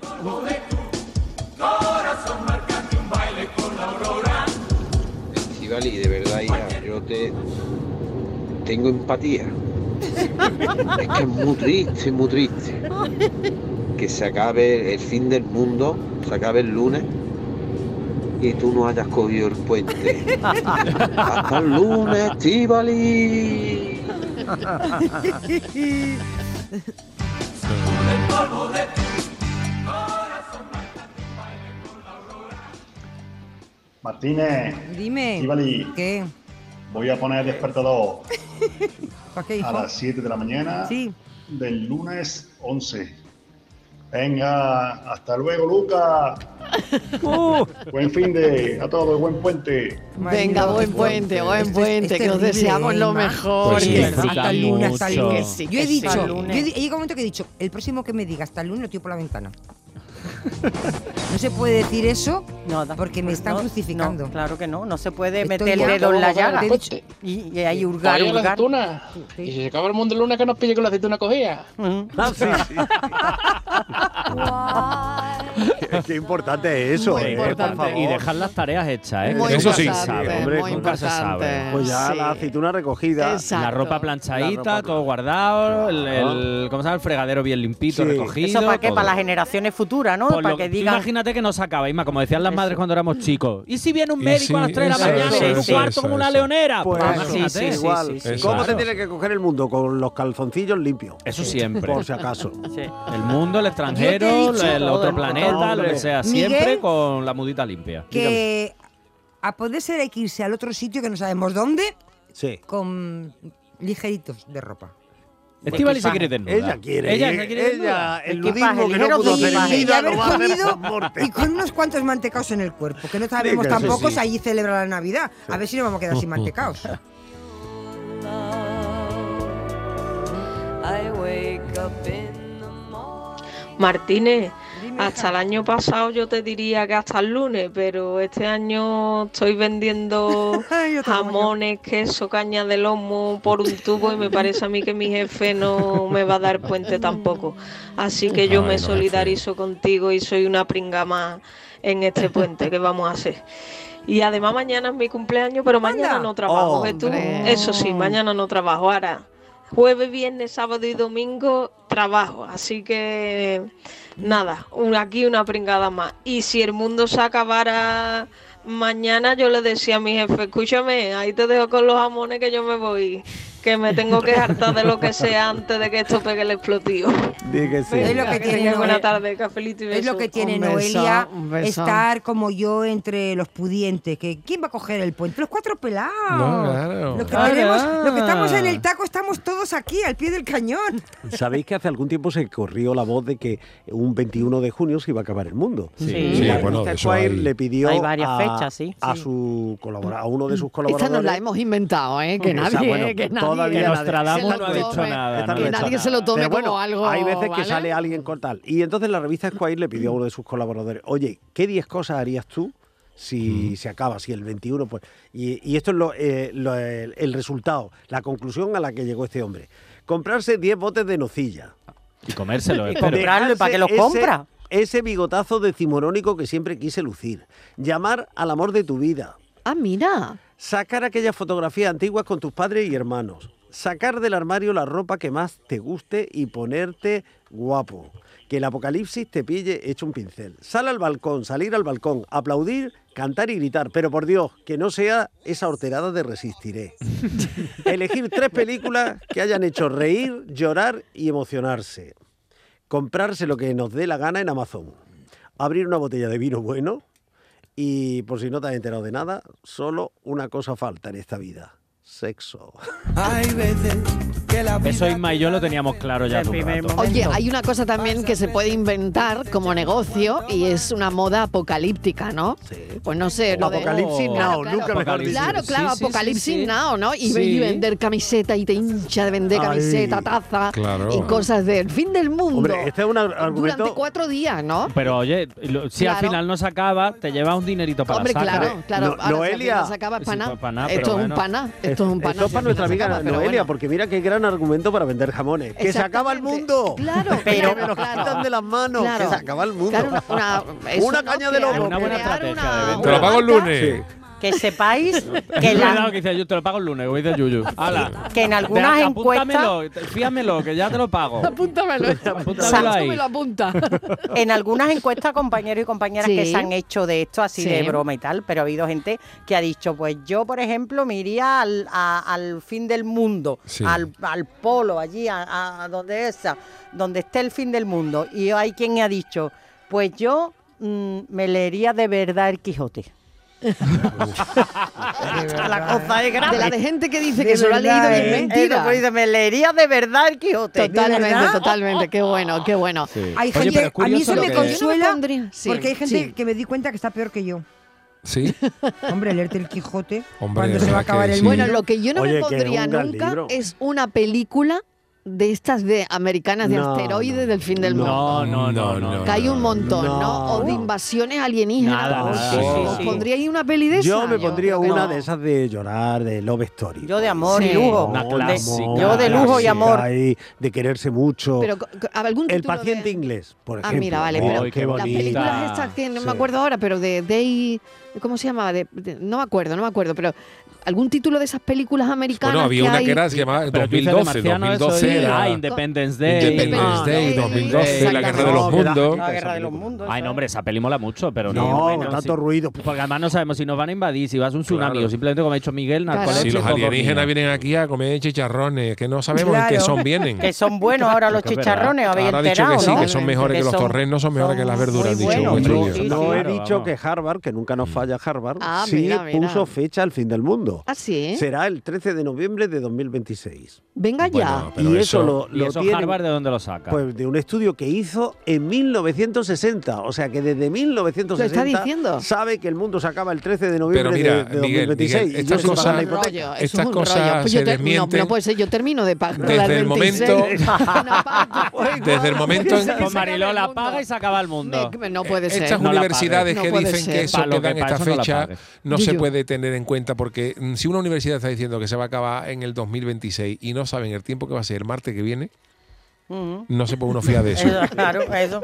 S18: Estivali, de verdad, hija, yo te tengo empatía. Es que es
S3: eh.
S18: muy triste, muy triste que se acabe el fin del mundo, se acabe el lunes y tú no hayas cogido el puente. Hasta el lunes, Estivali.
S19: Martínez,
S4: Dime.
S19: Estivali.
S4: ¿Qué?
S19: voy a poner despertador
S4: ¿Para qué,
S19: a
S4: hijo?
S19: las 7 de la mañana
S4: Sí.
S19: del lunes 11. Venga, hasta luego, Luca.
S4: Uh.
S19: buen fin de a todos, buen puente.
S1: Venga, buen puente,
S5: Este
S1: buen puente, que os deseamos lo mejor.
S19: Pues sí,
S1: Que
S19: disfruta
S1: hasta el lunes, hasta el
S19: mucho.
S1: lunes, sí,
S4: Yo he
S1: que
S4: dicho,
S1: sí.
S4: yo he, llega un momento que he dicho, el próximo que me diga hasta el lunes lo tiro por la ventana. no se puede decir eso porque me están
S12: no,
S4: crucificando.
S12: no, claro que no, no se puede
S4: Estoy
S12: meter el
S4: ya-
S12: dedo en la llaga.
S4: Derecho.
S12: Y, y ahí hurgar,
S20: Oye, las
S12: hurgar.
S20: aceitunas. Y si se acaba el mundo el lunes, que nos pille con la aceituna cogida.
S5: Ah, Es que importante es eso,
S3: Muy
S5: eh,
S3: importante.
S5: por favor.
S3: Y dejar las tareas hechas, ¿eh?
S5: Muy
S3: Eso sí.
S5: importante,
S3: sabe,
S5: hombre,
S3: hombre, nunca se
S5: importante.
S3: sabe.
S5: Pues ya la aceituna recogida.
S3: La ropa planchadita, todo guardado, el, el- ¿cómo se llama? El fregadero bien limpito, recogido.
S12: Eso para qué,
S3: todo.
S12: para las generaciones futuras, ¿no?
S3: Por
S12: para
S3: lo-
S12: que
S3: tú
S12: digan.
S3: Imagínate que no se acaba, Isma, como decían las madres cuando éramos chicos. ¿Y si viene un
S6: Y
S3: médico a
S6: sí,
S3: las 3 de la
S6: eso,
S3: mañana
S6: eso,
S3: en un
S6: eso,
S3: cuarto
S6: eso,
S3: como una
S6: eso.
S3: leonera? Ah,
S5: Pues
S3: imagínate.
S5: sí, igual. ¿Cómo se tiene que coger el mundo? Con los calzoncillos limpios.
S3: Eso siempre.
S5: Por si acaso.
S3: El mundo, el extranjero,
S4: dicho-
S3: el
S4: Todo
S3: otro
S4: el mundo.
S3: planeta, lo que sea,
S4: Miguel,
S3: siempre con la mudita limpia.
S4: Que a poder ser hay que irse al otro sitio que no sabemos dónde
S5: Sí.
S4: con ligeritos de ropa.
S3: Estíbaliz se quiere desnuda.
S5: Ella quiere.
S3: Pues Ella se quiere desnuda.
S5: el
S3: Equipaje,
S5: nudismo que no
S3: ligero
S5: pudo hacer en
S4: Y de
S5: vida,
S4: haber
S5: lo va a hacer
S4: comido
S5: con morte.
S4: y con unos cuantos mantecaos en el cuerpo, que no sabemos
S5: Venga, eso
S4: tampoco
S5: sí.
S4: si allí celebra la Navidad. A ver si nos vamos a quedar sin mantecaos.
S21: Martínez, hasta el año pasado yo te diría que hasta el lunes, pero este año estoy vendiendo jamones, queso, caña de lomo por un tubo y me parece a mí que mi jefe no me va a dar puente tampoco. Así que yo
S22: Ay, no
S21: me
S22: me
S21: solidarizo contigo y soy una pringa más en este puente que vamos a hacer. Y además mañana es mi cumpleaños, pero mañana no trabajo. ¿ves tú?
S22: Oh, Hombre.
S21: Eso sí, mañana no trabajo. Ahora, jueves, viernes, sábado y domingo trabajo. Así que nada, un- aquí una pringada más. Y si el mundo se acabara mañana yo le decía a mi jefe, escúchame, ahí te dejo con los jamones que yo me voy, que me tengo que hartar de lo que sea antes de que esto pegue el explotivo.
S5: Di que sí.
S4: Es lo que tiene
S21: Buena
S4: Noelia.
S21: tarde, cafelito y
S4: Es lo que tiene
S21: besos.
S4: Noelia,
S1: un beso.
S4: estar como yo entre los pudientes. Que, ¿Quién va a coger el puente? Los cuatro pelados.
S5: No, claro.
S4: Los que,
S5: Claro.
S4: tenemos- los que estamos en el taco estamos todos aquí, al pie del cañón.
S5: Sabéis que hace algún tiempo se corrió la voz de que un 21 de junio se iba a acabar el mundo.
S6: Sí. Sí,
S5: Y
S6: bueno,
S5: Mr.
S6: de eso
S5: Quayle
S6: hay-
S5: le pidió
S1: Hay varias
S5: a,
S1: fechas, sí,
S5: a su colabora- a uno de sus
S1: Esta nos
S5: colaboradores.
S1: la hemos inventado, ¿eh? Que
S5: Esa,
S1: nadie,
S5: bueno,
S1: eh, que nadie.
S5: todavía
S1: que nadie
S5: Nostradamus
S1: se lo
S5: no ha dicho
S1: tome,
S5: nada,
S1: Que
S5: no ha dicho
S1: nadie se
S5: nada.
S1: lo tome
S5: Pero bueno,
S1: como algo.
S5: Hay veces
S1: ¿vale?
S5: que sale alguien con tal. Y entonces la revista Squire le pidió a uno de sus colaboradores, oye, ¿qué 10 cosas harías tú si se acaba, si el 21? Pues, y, y esto es lo- eh, lo- el, el resultado, la conclusión a la que llegó este hombre. Comprarse 10 botes de nocilla.
S3: Y comérselo.
S5: Y
S3: espero.
S5: comprarle Ese bigotazo decimonónico que siempre quise lucir. Llamar al amor de tu vida.
S1: Ah, mira.
S5: Sacar aquellas fotografías antiguas con tus padres y hermanos. Sacar del armario la ropa que más te guste y ponerte guapo. Que el apocalipsis te pille hecho un pincel. Sal al balcón, salir al balcón, aplaudir, cantar y gritar. Pero por Dios, que no sea esa horterada de resistiré. Elegir tres películas que hayan hecho reír, llorar y emocionarse comprarse lo que nos dé la gana en Amazon, abrir una botella de vino bueno y, por si no te has enterado de nada, solo una cosa falta en esta vida, sexo.
S3: Hay veces que la Eso Isma y yo lo teníamos claro ya. hace un rato.
S1: Oye, hay una cosa también que se puede inventar como negocio y es una moda apocalíptica, ¿no? Pues no sé, lo de-
S5: Apocalipsis Now, nunca mejor dicho.
S1: Claro, claro,
S5: Sí, sí, sí,
S1: Apocalipsis
S5: sí.
S1: Now, ¿no? Y,
S5: Sí.
S1: y vender camiseta y te hincha de vender
S5: Ay,
S1: camiseta, taza
S5: claro.
S1: y cosas del fin del mundo.
S5: Hombre, este es un
S1: durante
S5: argumento...
S1: cuatro días, ¿no?
S3: Pero oye, lo- si al
S1: Claro.
S3: final no se acaba, te llevas un dinerito para
S1: Hombre,
S3: la saca. ¿eh?
S1: claro, claro. Ahora, si al final se acaba, es
S3: Sí,
S1: paná.
S3: paná,
S1: Esto
S3: pero
S1: es un
S3: bueno.
S1: paná, esto es un paná.
S5: Esto es para nuestra amiga
S1: vida
S5: Noelia, porque mira qué gran argumento para vender jamones. Que se acaba el mundo.
S1: Claro,
S5: pero me
S1: claro,
S5: los
S1: claro.
S5: quitan de las manos.
S1: Claro.
S5: Que se acaba el mundo.
S1: Claro, una- eso
S5: Una
S1: no,
S5: caña de
S1: que
S5: lobo.
S1: una buena
S5: Crear
S1: estrategia
S5: una-
S6: Te lo pago el lunes.
S12: Que sepáis que,
S3: Es
S12: la-
S3: verdad lo que dice, yo te lo pago el lunes, voy de Yuyu. Hala.
S12: que en algunas
S3: Te-
S12: encuestas...
S3: apúntamelo, te- Fíamelo, que ya te lo pago.
S1: Apúntamelo,
S6: eh.
S3: Apúntamelo ahí.
S1: me lo apunta.
S12: En algunas encuestas, compañeros y compañeras que
S1: Sí.
S12: se han hecho de esto así
S1: Sí.
S12: de broma y tal, pero ha habido gente que ha dicho, pues yo, por ejemplo, me iría al, a- al fin del mundo,
S6: Sí.
S12: al, al polo, allí, a, a- a donde esa, donde esté el fin del mundo. Y hay quien ha dicho, pues yo mm, me leería de verdad el Quijote. la cosa es grave.
S1: De la de gente que dice
S12: De
S1: que se lo ha
S12: verdad,
S1: leído y
S12: ¿eh?
S1: es mentira.
S12: Eso, pues, dice, me leería de verdad el Quijote.
S1: Totalmente,
S12: ¿De verdad?
S1: totalmente. Qué bueno, qué bueno.
S4: Hay
S6: Oye, pero
S4: gente,
S6: es
S4: a mí
S6: curioso
S4: eso
S6: lo
S4: me
S6: que-
S1: Yo no
S4: consuela
S1: me pondría- sí,
S4: porque hay gente
S1: sí.
S4: que me di cuenta que está peor que yo.
S6: Sí.
S4: Hombre, leerte el Quijote.
S6: Hombre,
S4: cuando se
S6: ¿verdad
S4: va a
S6: que
S4: acabar el
S6: sí?
S4: mundo.
S1: Bueno, lo que yo no
S6: Oye,
S1: me
S6: que es
S1: pondría
S6: un gran
S1: nunca
S6: libro.
S1: es una película de estas de americanas de
S3: No,
S1: asteroides del fin del mundo.
S3: No, no, no, no.
S1: Que hay un montón, ¿no?
S5: no.
S1: O de invasiones alienígenas.
S3: Nada,
S1: ¿no?
S3: nada,
S1: Sí,
S3: sí,
S1: ¿Os
S3: sí.
S1: pondría ahí una peli de
S5: Yo
S1: esa?
S5: me pondría
S1: creo que
S5: una
S1: no.
S5: de esas de llorar, de love story. Pues,
S12: Yo de amor y
S1: Sí.
S12: lujo.
S3: Una
S5: No,
S3: clásica.
S5: amor,
S12: Yo de lujo y
S5: clásica
S12: amor.
S5: ahí, de quererse mucho.
S1: Pero co- co- algún
S5: el
S1: título de-
S5: paciente inglés, por
S1: Ah,
S5: ejemplo.
S1: mira, vale,
S5: Oh,
S1: pero
S5: qué
S1: las
S5: bonita.
S1: películas estas que no me acuerdo ahora, pero de Day, ¿cómo se llamaba? De- de- no me acuerdo, no me acuerdo, pero algún título de esas películas americanas.
S6: Bueno, había
S1: que
S6: una
S1: hay-
S6: que era se llamaba
S3: Pero tú dices de
S6: 2012.
S3: marciano, eso
S6: 2012
S3: y-
S6: era.
S3: Ah, Independence Day. Ah,
S6: Independence Day, 2012, la guerra de los
S3: Exactamente.
S6: mundos.
S12: La guerra de los mundos.
S3: Ay, no, hombre, esa peli mola mucho, pero
S5: No,
S3: no. bueno,
S5: tanto
S3: sí.
S5: ruido.
S3: Porque además no sabemos si nos van a invadir, si va a ser un tsunami
S6: Claro.
S3: o simplemente, como ha dicho Miguel, narcolepsia.
S6: Si los
S3: y cocomía.
S6: alienígenas vienen aquí a comer chicharrones, que no sabemos en qué
S12: Claro.
S6: son vienen.
S12: Que son buenos ahora los
S6: Que es verdad.
S12: chicharrones, habéis
S6: Ahora ha dicho
S12: enterado,
S6: que sí,
S12: ¿no?
S6: que son mejores que, los torrenos, son mejores que las verduras, han
S12: muy
S6: dicho.
S12: buenos,
S6: nuestro
S5: No,
S12: Sí, sí,
S5: no he
S12: claro,
S5: dicho
S12: vamos.
S5: que Harvard, que nunca nos falla Harvard,
S1: Ah,
S5: sí
S1: mira, mira.
S5: puso fecha al fin del mundo.
S1: Ah, sí.
S5: Será el 13 de noviembre de 2026.
S1: Venga ya.
S5: y eso, lo,
S3: ¿Y
S5: lo
S3: eso
S5: tienen,
S3: Harvard de dónde lo saca?
S5: pues, de un estudio que hizo en 1960. O sea que desde 1960
S1: Lo está diciendo.
S5: sabe que el mundo se acaba el 13 de noviembre
S6: Pero
S5: de,
S6: mira,
S5: de
S6: Miguel,
S5: 2026.
S6: Miguel,
S5: y yo
S6: estas
S5: sin pagar
S6: cosas-
S5: la
S1: Un
S5: hipoteca.
S1: rollo, eso
S6: Estas
S1: es un
S6: cosas
S1: rollo. Pues
S6: se
S1: yo te- no,
S6: desmienten.
S1: no puede ser, yo termino de pagar.
S6: Desde
S1: las
S6: el
S1: 26.
S6: momento-
S1: Una parte.
S6: Desde el momento en
S1: Pues
S6: Eh,
S3: Con Mariló la paga y se acaba el mundo.
S1: Me- no puede ser.
S6: Estas
S1: No la
S6: universidades
S1: pagues.
S6: que
S1: No puede
S6: dicen
S1: ser.
S6: que eso
S3: Pa' lo
S6: que dan
S3: que pa'
S6: esta
S3: eso no la
S6: fecha
S3: pagues.
S6: no,
S1: Yuyu.
S6: se puede tener en cuenta porque mm, si una universidad está diciendo que se va a acabar en el 2026 y no saben el tiempo que va a ser el martes que viene, no se puede uno fiar de eso.
S12: Eso, Claro, eso.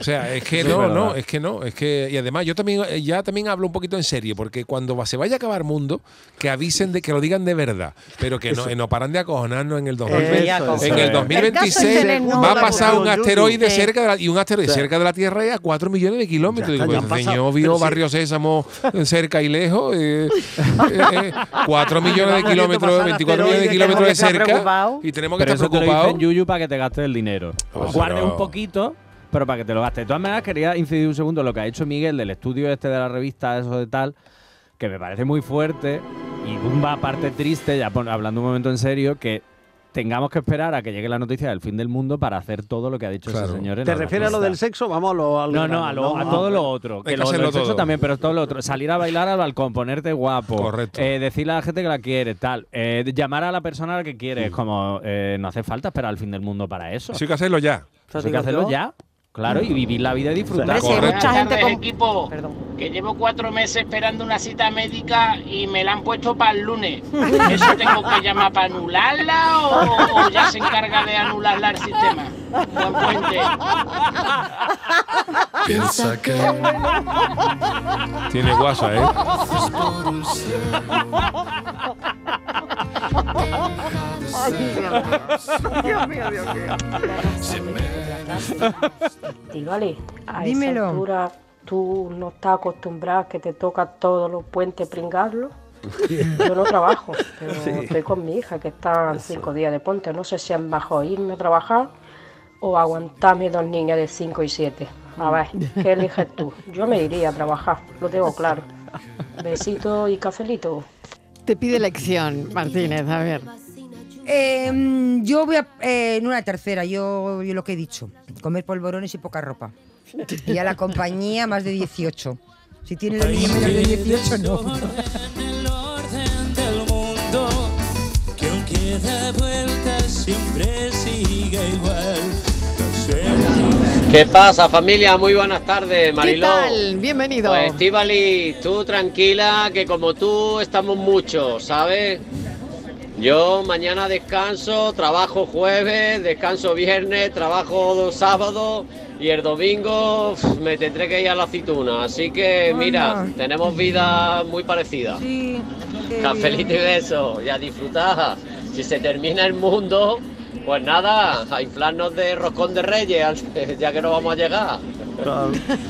S6: O sea, es que
S12: Sí,
S6: no,
S12: verdad.
S6: no, es que no, es que y además yo también eh, ya también hablo un poquito en serio porque cuando va- se vaya a acabar mundo que avisen de que lo digan de verdad, pero que no,
S17: Eso.
S6: eh, no paran de acojonarnos en el
S17: Eso,
S6: 2026.
S17: eso
S6: en el
S17: es.
S6: 2026
S17: El caso es
S6: va a
S17: tener
S6: pasar un
S17: números,
S6: asteroide
S17: Yuyu.
S6: cerca de la, y un asteroide
S17: Sí.
S6: cerca de la Tierra y a 4 millones de kilómetros.
S17: Ya está,
S6: Digo,
S17: ya
S6: pues,
S17: han pasado,
S6: señor vio
S17: pero sí.
S6: Barrio Sésamo eh, cerca y lejos, eh, 4 millones de
S3: Vamos viendo
S6: kilómetros,
S3: pasar
S6: 24 millones de
S3: asteroides,
S6: kilómetros de
S3: tenemos que estar
S6: cerca
S3: preocupados.
S6: y tenemos que
S3: Pero
S6: estar
S3: eso te lo
S6: preocupados.
S3: dicen, Yuyu para que te gastes el dinero.
S6: Pues,
S3: Guardes
S6: pero-
S3: un poquito, pero para que te lo gastes. De todas maneras, quería incidir un segundo en lo que ha hecho Miguel del estudio este de la revista, eso de tal, que me parece muy fuerte y una aparte triste, ya pon- hablando un momento en serio, que tengamos que esperar a que llegue la noticia del fin del mundo para hacer todo lo que ha dicho ese señor. en
S5: ¿Te
S3: la
S5: refieres a lo
S3: revista.
S5: del sexo? Vamos a lo al
S3: No,
S5: grano,
S3: no, a, lo- a todo lo otro.
S5: Hay
S3: Que lo
S5: hacerlo
S3: del sexo
S5: todo.
S3: también, pero todo lo otro. Salir a bailar al balcón, ponerte guapo. Correcto. decirle a la gente que la quiere, tal. Eh, de- llamar a la persona a la que quieres. Como, eh, no hace falta esperar al fin del mundo para eso.
S6: Eso hay que hacerlo ya.
S3: Eso hay que hacerlo ya. Claro, y vivir la vida y disfrutar.
S22: Buenas tardes, equipo, que llevo cuatro meses esperando una cita médica y me la han puesto para el lunes. ¿Eso tengo que llamar para anularla o, o ya se encarga de anularla el sistema? Buen puente.
S6: Piensa que tiene guasa, ¿eh?
S2: Dios mío, Dios mío.
S23: Estivali, a
S4: Dímelo.
S23: esa altura tú no estás acostumbrada a que te toca todos los puentes pringarlos. Yo no trabajo, pero
S24: Sí.
S23: estoy con mi hija que está en cinco días de ponte. No sé si es mejor irme a trabajar o aguantarme dos niñas de cinco y siete. A ver, ¿qué eliges tú? Yo me iría a trabajar, lo tengo claro. Besito y cafelito.
S1: Te pide lección, Martínez, a ver.
S4: Eh, mm, yo voy a, eh, en una tercera, yo, yo lo que he dicho, comer polvorones y poca ropa. Y a la compañía más de 18. Si tiene los niños menos de 18, no.
S2: Que aunque da vueltas siempre siga igual.
S25: ¿Qué pasa familia? Muy buenas tardes,
S1: ¿Qué
S25: Mariló.
S1: tal? Bienvenido.
S25: Pues Estivali, tú tranquila, que como tú estamos muchos, ¿sabes? Yo mañana descanso, trabajo jueves, descanso viernes, trabajo sábado y el domingo uf, me tendré que ir a la aceituna. Así que mira, tenemos vida muy parecida. Cafelito y beso, y a disfrutar. Si se termina el mundo, pues nada, a inflarnos de roscón de reyes, ya que no vamos a llegar.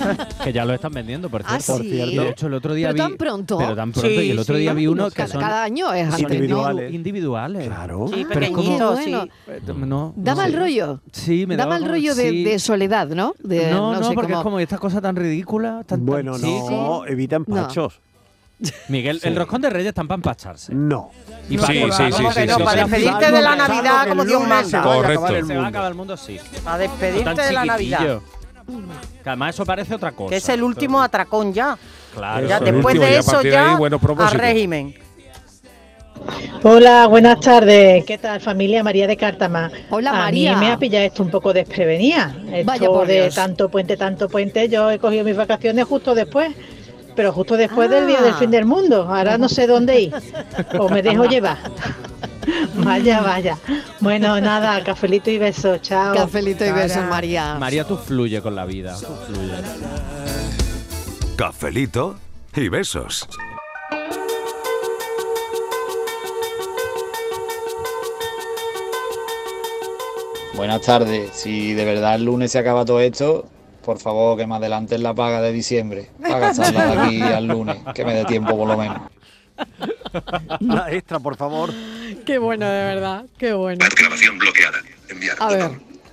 S3: Que ya lo están vendiendo, por
S1: Ah,
S3: cierto.
S1: sí.
S3: Y de hecho, el otro día
S1: ¿Pero
S3: vi.
S1: tan pronto?
S3: Pero tan pronto.
S1: Sí,
S3: y el otro
S1: sí.
S3: día vi uno que
S1: Cada-
S3: son.
S1: cada año es antes, ¿no?
S3: individuales. Individuales. Claro.
S1: Sí,
S3: pero es como.
S1: pequeñitos, sí.
S3: Eh, No,
S1: Da
S3: no
S1: mal
S3: sé.
S1: rollo.
S3: Sí, me
S1: da
S3: daba
S1: mal
S3: como-
S1: rollo de,
S3: sí.
S1: de soledad, ¿no? De,
S3: no, no,
S1: sé,
S3: porque
S1: como-
S3: es como esta cosa tan ridícula. Tan,
S5: Bueno, no, evita empachos.
S3: Miguel,
S5: Sí.
S3: el roscón de Reyes tan para empachachas.
S5: No.
S3: Y para-
S5: Sí, sí,
S3: ¿cómo
S5: sí,
S3: que
S5: sí,
S3: no?
S5: sí,
S3: Para
S5: sí.
S3: despedirte
S5: Salvo
S3: de la
S5: que- salvo
S3: Navidad
S5: que
S3: como
S5: el
S3: Dios
S5: lunes
S3: manda.
S5: se vaya a acabar
S3: Correcto.
S5: el
S3: Se va a
S5: mundo.
S3: acabar el mundo, sí.
S12: A
S3: Tan
S12: despedirte de la
S3: chiquitillo.
S12: Navidad. Mm.
S3: Que además eso parece otra cosa.
S12: Que es el último atracón ya.
S3: Claro.
S12: Ya
S3: Eso, el
S12: después
S3: último,
S12: de
S3: ya a
S12: eso
S3: partir de
S12: ya
S3: ahí, buenos
S12: a
S3: propósitos.
S12: régimen.
S24: Hola, buenas tardes. Eh, ¿Qué tal, familia María de Cártama?
S1: Hola,
S24: a
S1: María.
S24: mí me ha pillado esto un poco desprevenida. Esto
S1: Vaya por
S24: de
S1: Dios.
S24: tanto puente, tanto puente. Yo he cogido mis vacaciones justo después, pero justo después del día del
S1: Ah.
S24: fin del mundo. Ahora no sé dónde ir. O me dejo llevar. vaya, vaya. Bueno, nada, cafelito y besos. Chao.
S1: Cafelito y besos, María.
S3: María, tú fluye con la vida. tú fluye.
S15: Cafelito y besos.
S26: Buenas tardes. Si de verdad el lunes se acaba todo esto, por favor que me adelanten la paga de diciembre. Paga gastarla de aquí al lunes, que me dé tiempo por lo menos.
S5: Una extra, por favor.
S1: Qué bueno, de verdad. Qué bueno.
S27: Grabación bloqueada.
S1: A ver.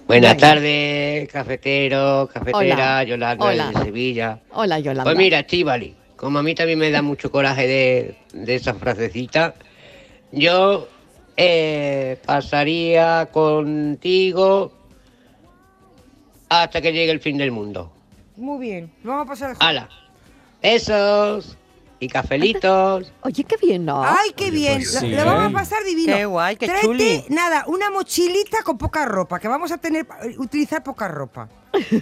S27: Buenas
S1: Venga.
S27: tardes, cafetero, cafetera,
S1: Hola.
S27: Yolanda
S1: Hola.
S27: de Sevilla.
S1: Hola, Yolanda.
S27: Pues mira, Chivali, como a mí también me da mucho coraje de, de esas frasecitas, yo eh, pasaría contigo hasta que llegue el fin del mundo.
S4: Muy bien, lo vamos a pasar al
S27: ¡Hala! Besos y cafelitos.
S1: Oye, qué bien, ¿no?
S4: Ay, qué bien.
S27: pues
S4: lo,
S27: sí,
S4: lo vamos a
S27: ¿eh?
S4: pasar divino.
S27: Qué guay, qué
S4: Tráete,
S27: chuli.
S4: nada, una mochilita con poca ropa, que vamos a tener, eh, utilizar poca ropa.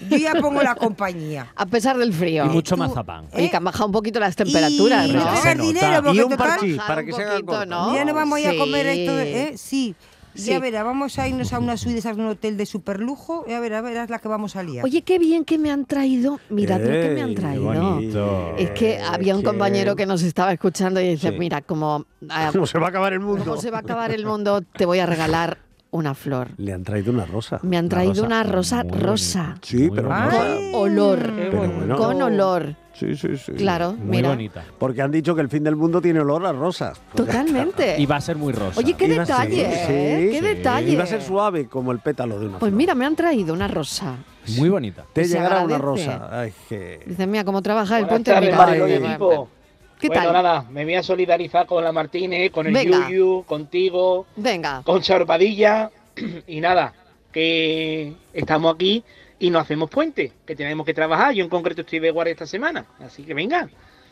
S4: Yo ya pongo la compañía.
S1: A pesar del frío.
S3: Y mucho mazapán.
S1: Y que han bajado un poquito las temperaturas,
S4: Y
S1: ¿no?
S4: no Se pegar nota. dinero, porque Y un total- parchís,
S1: Bajar
S4: para
S1: un
S4: que
S5: se hagan
S1: poquito,
S5: cortos.
S1: ¿no?
S4: Ya no vamos a ir a
S1: Sí.
S4: comer esto, de- ¿eh? Sí. Ya verá, vamos a irnos a una suite de esas de un hotel de superlujo. Ya verá, verás la que vamos a liar.
S1: Oye, qué bien que me han traído. Mirad lo que me
S4: Ey,
S1: han
S4: qué
S1: traído.
S4: bonito.
S1: Es que había un
S4: Qué-
S1: compañero que nos estaba escuchando y decía,
S5: Sí.
S1: mira, como... ah,
S5: No se va a acabar el mundo.
S1: como se va a acabar el mundo, te voy a regalar una flor.
S5: Le han traído una rosa.
S1: Me han traído una rosa rosa.
S5: Sí, pero una rosa-
S1: Con olor.
S5: Pero bueno.
S1: Con olor.
S5: Sí, sí, sí.
S1: Claro, Muy mira. bonita.
S5: Porque han dicho que el fin del mundo tiene olor a rosas.
S1: Totalmente.
S5: va a ser muy rosa.
S1: Eh. Oye, qué detalle, ¿eh? Qué detalle.
S5: Y va a ser suave como el pétalo de una
S1: Pues mira, me han traído una rosa.
S5: Muy bonita. Te
S1: Pues Se
S5: llegará una
S1: agradece.
S5: rosa. Ay, que...
S1: Dicen, mira, cómo trabaja el
S5: Buenas
S1: puente de
S5: tardes,
S1: mi
S5: Mariló y
S1: madre".
S5: equipo.
S1: ¿Qué
S20: bueno,
S1: tal?
S20: nada, me voy a solidarizar con la Martínez, con el
S1: Venga.
S20: Yuyu, contigo,
S1: Venga.
S20: con Chorpadilla y nada, que estamos aquí y no hacemos puente, que tenemos que trabajar. Yo en concreto estoy de guardia esta semana, así que venga,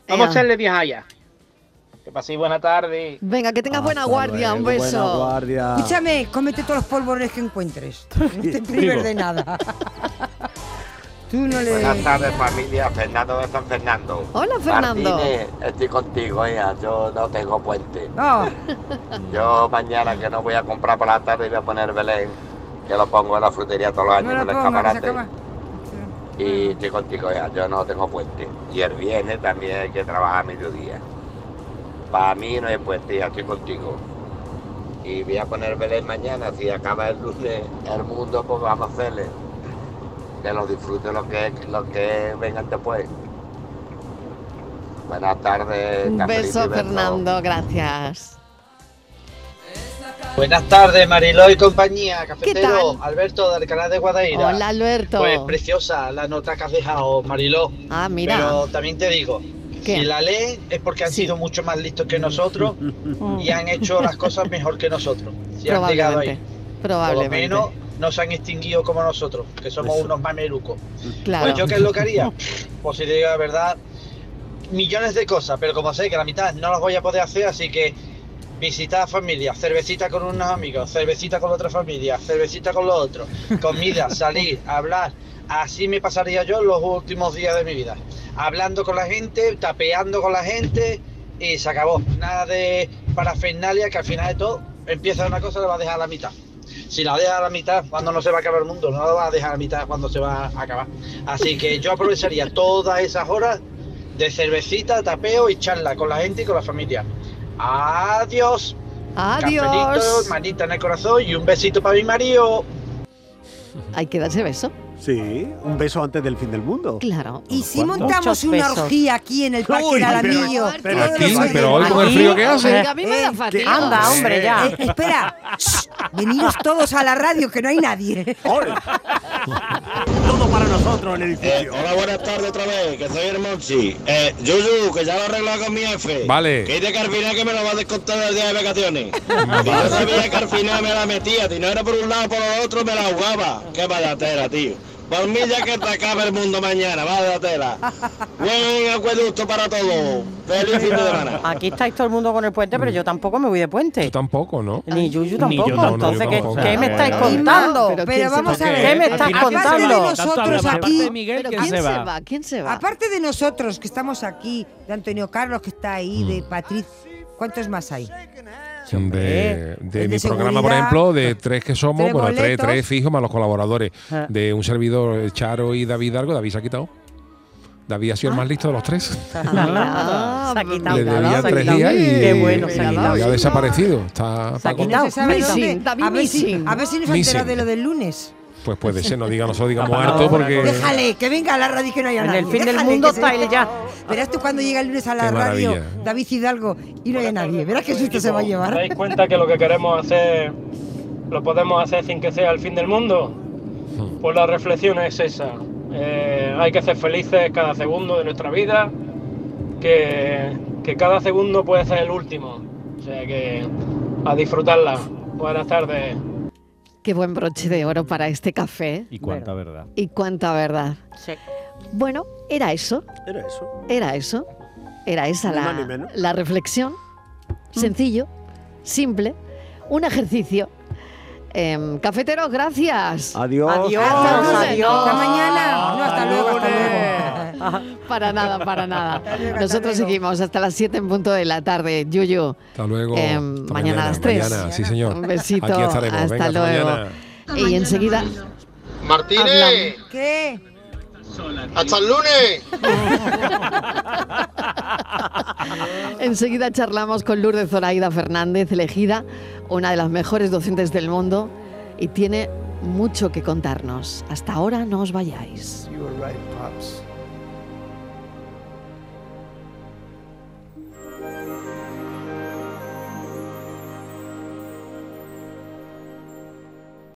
S20: vamos
S1: Ea.
S20: a echarle 10 allá. Que paséis buena tarde.
S1: Venga, que tengas buena
S20: Hasta
S1: guardia. Un
S20: luego,
S1: beso.
S20: buena
S5: guardia.
S4: Escúchame, cómete todos los polvorones que encuentres. No te prives
S5: Digo.
S4: de nada. Tú no le...
S7: Buenas tardes familia, Fernando de San Fernando.
S4: Hola, Fernando.
S7: Martínez, estoy contigo, ya. yo no tengo puente.
S4: No.
S7: Yo mañana que no voy a comprar por la tarde voy a poner Belén, que lo pongo en la frutería todos los años
S4: No
S7: en
S4: lo
S7: el
S4: pongo, que se
S7: escaparate.
S4: acaba.
S7: Y estoy contigo, ya. yo no tengo puente. Y el viernes también hay que trabajar a mediodía. Para mí no hay puente, ya estoy contigo. Y voy a poner Belén mañana, si acaba el lunes el mundo, pues vamos a hacerle. Que lo disfrute lo que, lo que vengan después. Buenas tardes.
S1: Un
S7: Cafelito y
S1: beso, Fernando. Gracias.
S8: Buenas tardes, Mariló y compañía,
S1: ¿Qué
S8: cafetero, Alberto de Alcalá de Guadaira.
S1: Hola, Alberto.
S8: Pues preciosa la nota que has dejado, Mariló.
S1: Ah, mira.
S8: Pero también te digo,
S1: ¿Qué?
S8: si la lees es porque han sido mucho más listos que nosotros y han hecho las cosas mejor que nosotros. Si han llegado ahí.
S1: Probablemente. Probablemente.
S8: Por lo menos no se han extinguido como nosotros, que somos
S1: Eso.
S8: unos mamelucos.
S1: Claro.
S8: Pues yo qué es lo que haría, pues si te digo la verdad, millones de cosas, pero como sé que la mitad no las voy a poder hacer, así que visitar a familia, cervecita con unos amigos, cervecita con otra familia, cervecita con los otros, comida, salir, hablar. Así me pasaría yo los últimos días de mi vida. Hablando con la gente, tapeando con la gente y se acabó. Nada de parafernalia que al final de todo empieza una cosa y la va a dejar a la mitad. Si la deja a la mitad, cuando no se va a acabar el mundo, no la va a dejar a la mitad cuando se va a acabar. Así que yo aprovecharía todas esas horas de cervecita, tapeo y charla con la gente y con la familia. Adiós.
S1: Adiós.
S8: Cafelito, manita en el corazón y un besito para mi marido.
S1: Hay que darse beso.
S5: Sí, un beso antes del fin del mundo.
S1: Claro.
S4: Y si
S5: ¿Cuántos?
S4: montamos
S5: Muchos
S4: una
S5: besos.
S4: orgía aquí en el Parque
S5: Uy,
S4: del
S5: pero-
S4: Alamillo.
S5: pero aquí- pero hoy con el frío que hace. Eh,
S1: Oiga, a mí me da fastidio.
S4: Anda, hombre, ya. Eh, espera, shh, veniros todos a la radio que no hay nadie.
S5: Todo para nosotros el edificio.
S7: Eh, hola, buenas tardes otra vez, que soy el Monchi. Eh, Yuyu, que ya lo he arreglado con mi jefe.
S6: Vale.
S7: Que dice que al final que me lo va a descontar el día de vacaciones. y yo sabía que al final me la metía, si no era por un lado por el otro me la jugaba. Qué badatera, tío. Por mí ya que te acaba el mundo mañana, badatera. Buen acueducto para todos. Feliz fin de semana.
S12: Aquí estáis todo el mundo con el puente, pero yo tampoco me voy de puente. Yo
S6: tampoco, ¿no?
S12: Ni Yuyu tampoco.
S6: yo tampoco.
S12: Entonces,
S6: No,
S12: ¿qué,
S6: yo tampoco.
S12: qué me
S6: Pero
S12: estáis
S6: bueno.
S12: contando?
S4: Pero ¿quién se vamos a va? ver,
S12: ¿Qué me
S4: eh,
S12: estás
S4: al final se
S12: contando?
S4: va de nosotros
S12: Tanto hablamos.
S4: aquí.
S12: Aparte de Miguel,
S4: Pero
S12: ¿quién
S1: ¿Quién
S12: se
S1: se
S12: va?
S1: va? ¿Quién se va?
S4: Aparte de nosotros que estamos aquí, de Antonio Carlos que está ahí, de
S5: Mm.
S4: Patriz, ¿cuántos más hay?
S6: De, de
S4: El de
S6: mi programa, por
S4: seguridad.
S6: ejemplo, de tres que somos,
S4: Tres
S6: bueno, tres,
S4: boletos.
S6: tres fijos más los colaboradores.
S4: Ah.
S6: De un servidor, eh, Charo y David Dargo, David se ha quitado. David ha sido el más listo de los tres.
S1: Ah, se ha quitado.
S6: Le debía
S1: se ha
S6: tres
S1: quitado.
S6: días y,
S1: Qué bueno, se ha
S6: y
S1: quitado.
S6: ha desaparecido. Está
S1: Se ha
S6: Paco.
S1: quitado.
S4: No se sabe
S1: Missing,
S4: dónde.
S1: David
S4: a, ver si,
S1: Missing.
S4: a ver si nos ha enterado
S6: Missing.
S4: de lo del lunes.
S6: Pues puede ser, no diga nosotros, diga muerto, porque.
S4: Déjale, que venga a la radio y que no haya
S12: En el
S4: nadie.
S12: fin del
S4: Déjale
S12: mundo
S4: que se
S12: está él
S4: vaya.
S12: ya.
S4: Verás tú cuando llega el lunes a la
S6: Qué
S4: radio,
S6: maravilla.
S4: David Hidalgo, y no haya nadie. Verás que susto se va a
S9: ¿Os
S4: llevar.
S9: dais cuenta que lo que queremos hacer lo podemos hacer sin que sea el fin del mundo?
S3: Hmm.
S9: Pues la reflexión es esa. Eh, hay que ser felices cada segundo de nuestra vida, que, que cada segundo puede ser el último. O sea que a disfrutarla. Buenas tardes.
S1: Qué buen broche de oro para este café.
S3: Y cuánta verdad.
S1: Y cuánta verdad.
S12: Sí.
S1: Bueno, era eso.
S5: Era eso.
S1: Era eso. Era esa
S5: Ni
S1: la,
S5: más ni menos.
S1: la reflexión. Sencillo, simple, un ejercicio. Em, cafeteros, gracias.
S5: Adiós.
S1: Hasta lunes.
S4: Hasta mañana. No, hasta luego, hasta luego.
S1: Para nada, para nada. Nosotros seguimos hasta las 7 en punto de la tarde. Yuyu.
S6: Hasta luego.
S1: eh,
S6: Hasta
S1: mañana,
S6: mañana,
S1: a las 3.
S6: mañana, sí, señor.
S1: Un besito.
S6: Aquí estaremos.
S1: Hasta
S6: Venga, hasta
S1: luego.
S6: mañana.
S1: Y enseguida.
S10: Martínez,
S4: ¿Qué?
S10: hasta el lunes.
S1: Enseguida charlamos con Lourdes Zoraida Fernández, elegida una de las mejores docentes del mundo y tiene mucho que contarnos. Hasta ahora no os vayáis.
S11: You were right, Pops.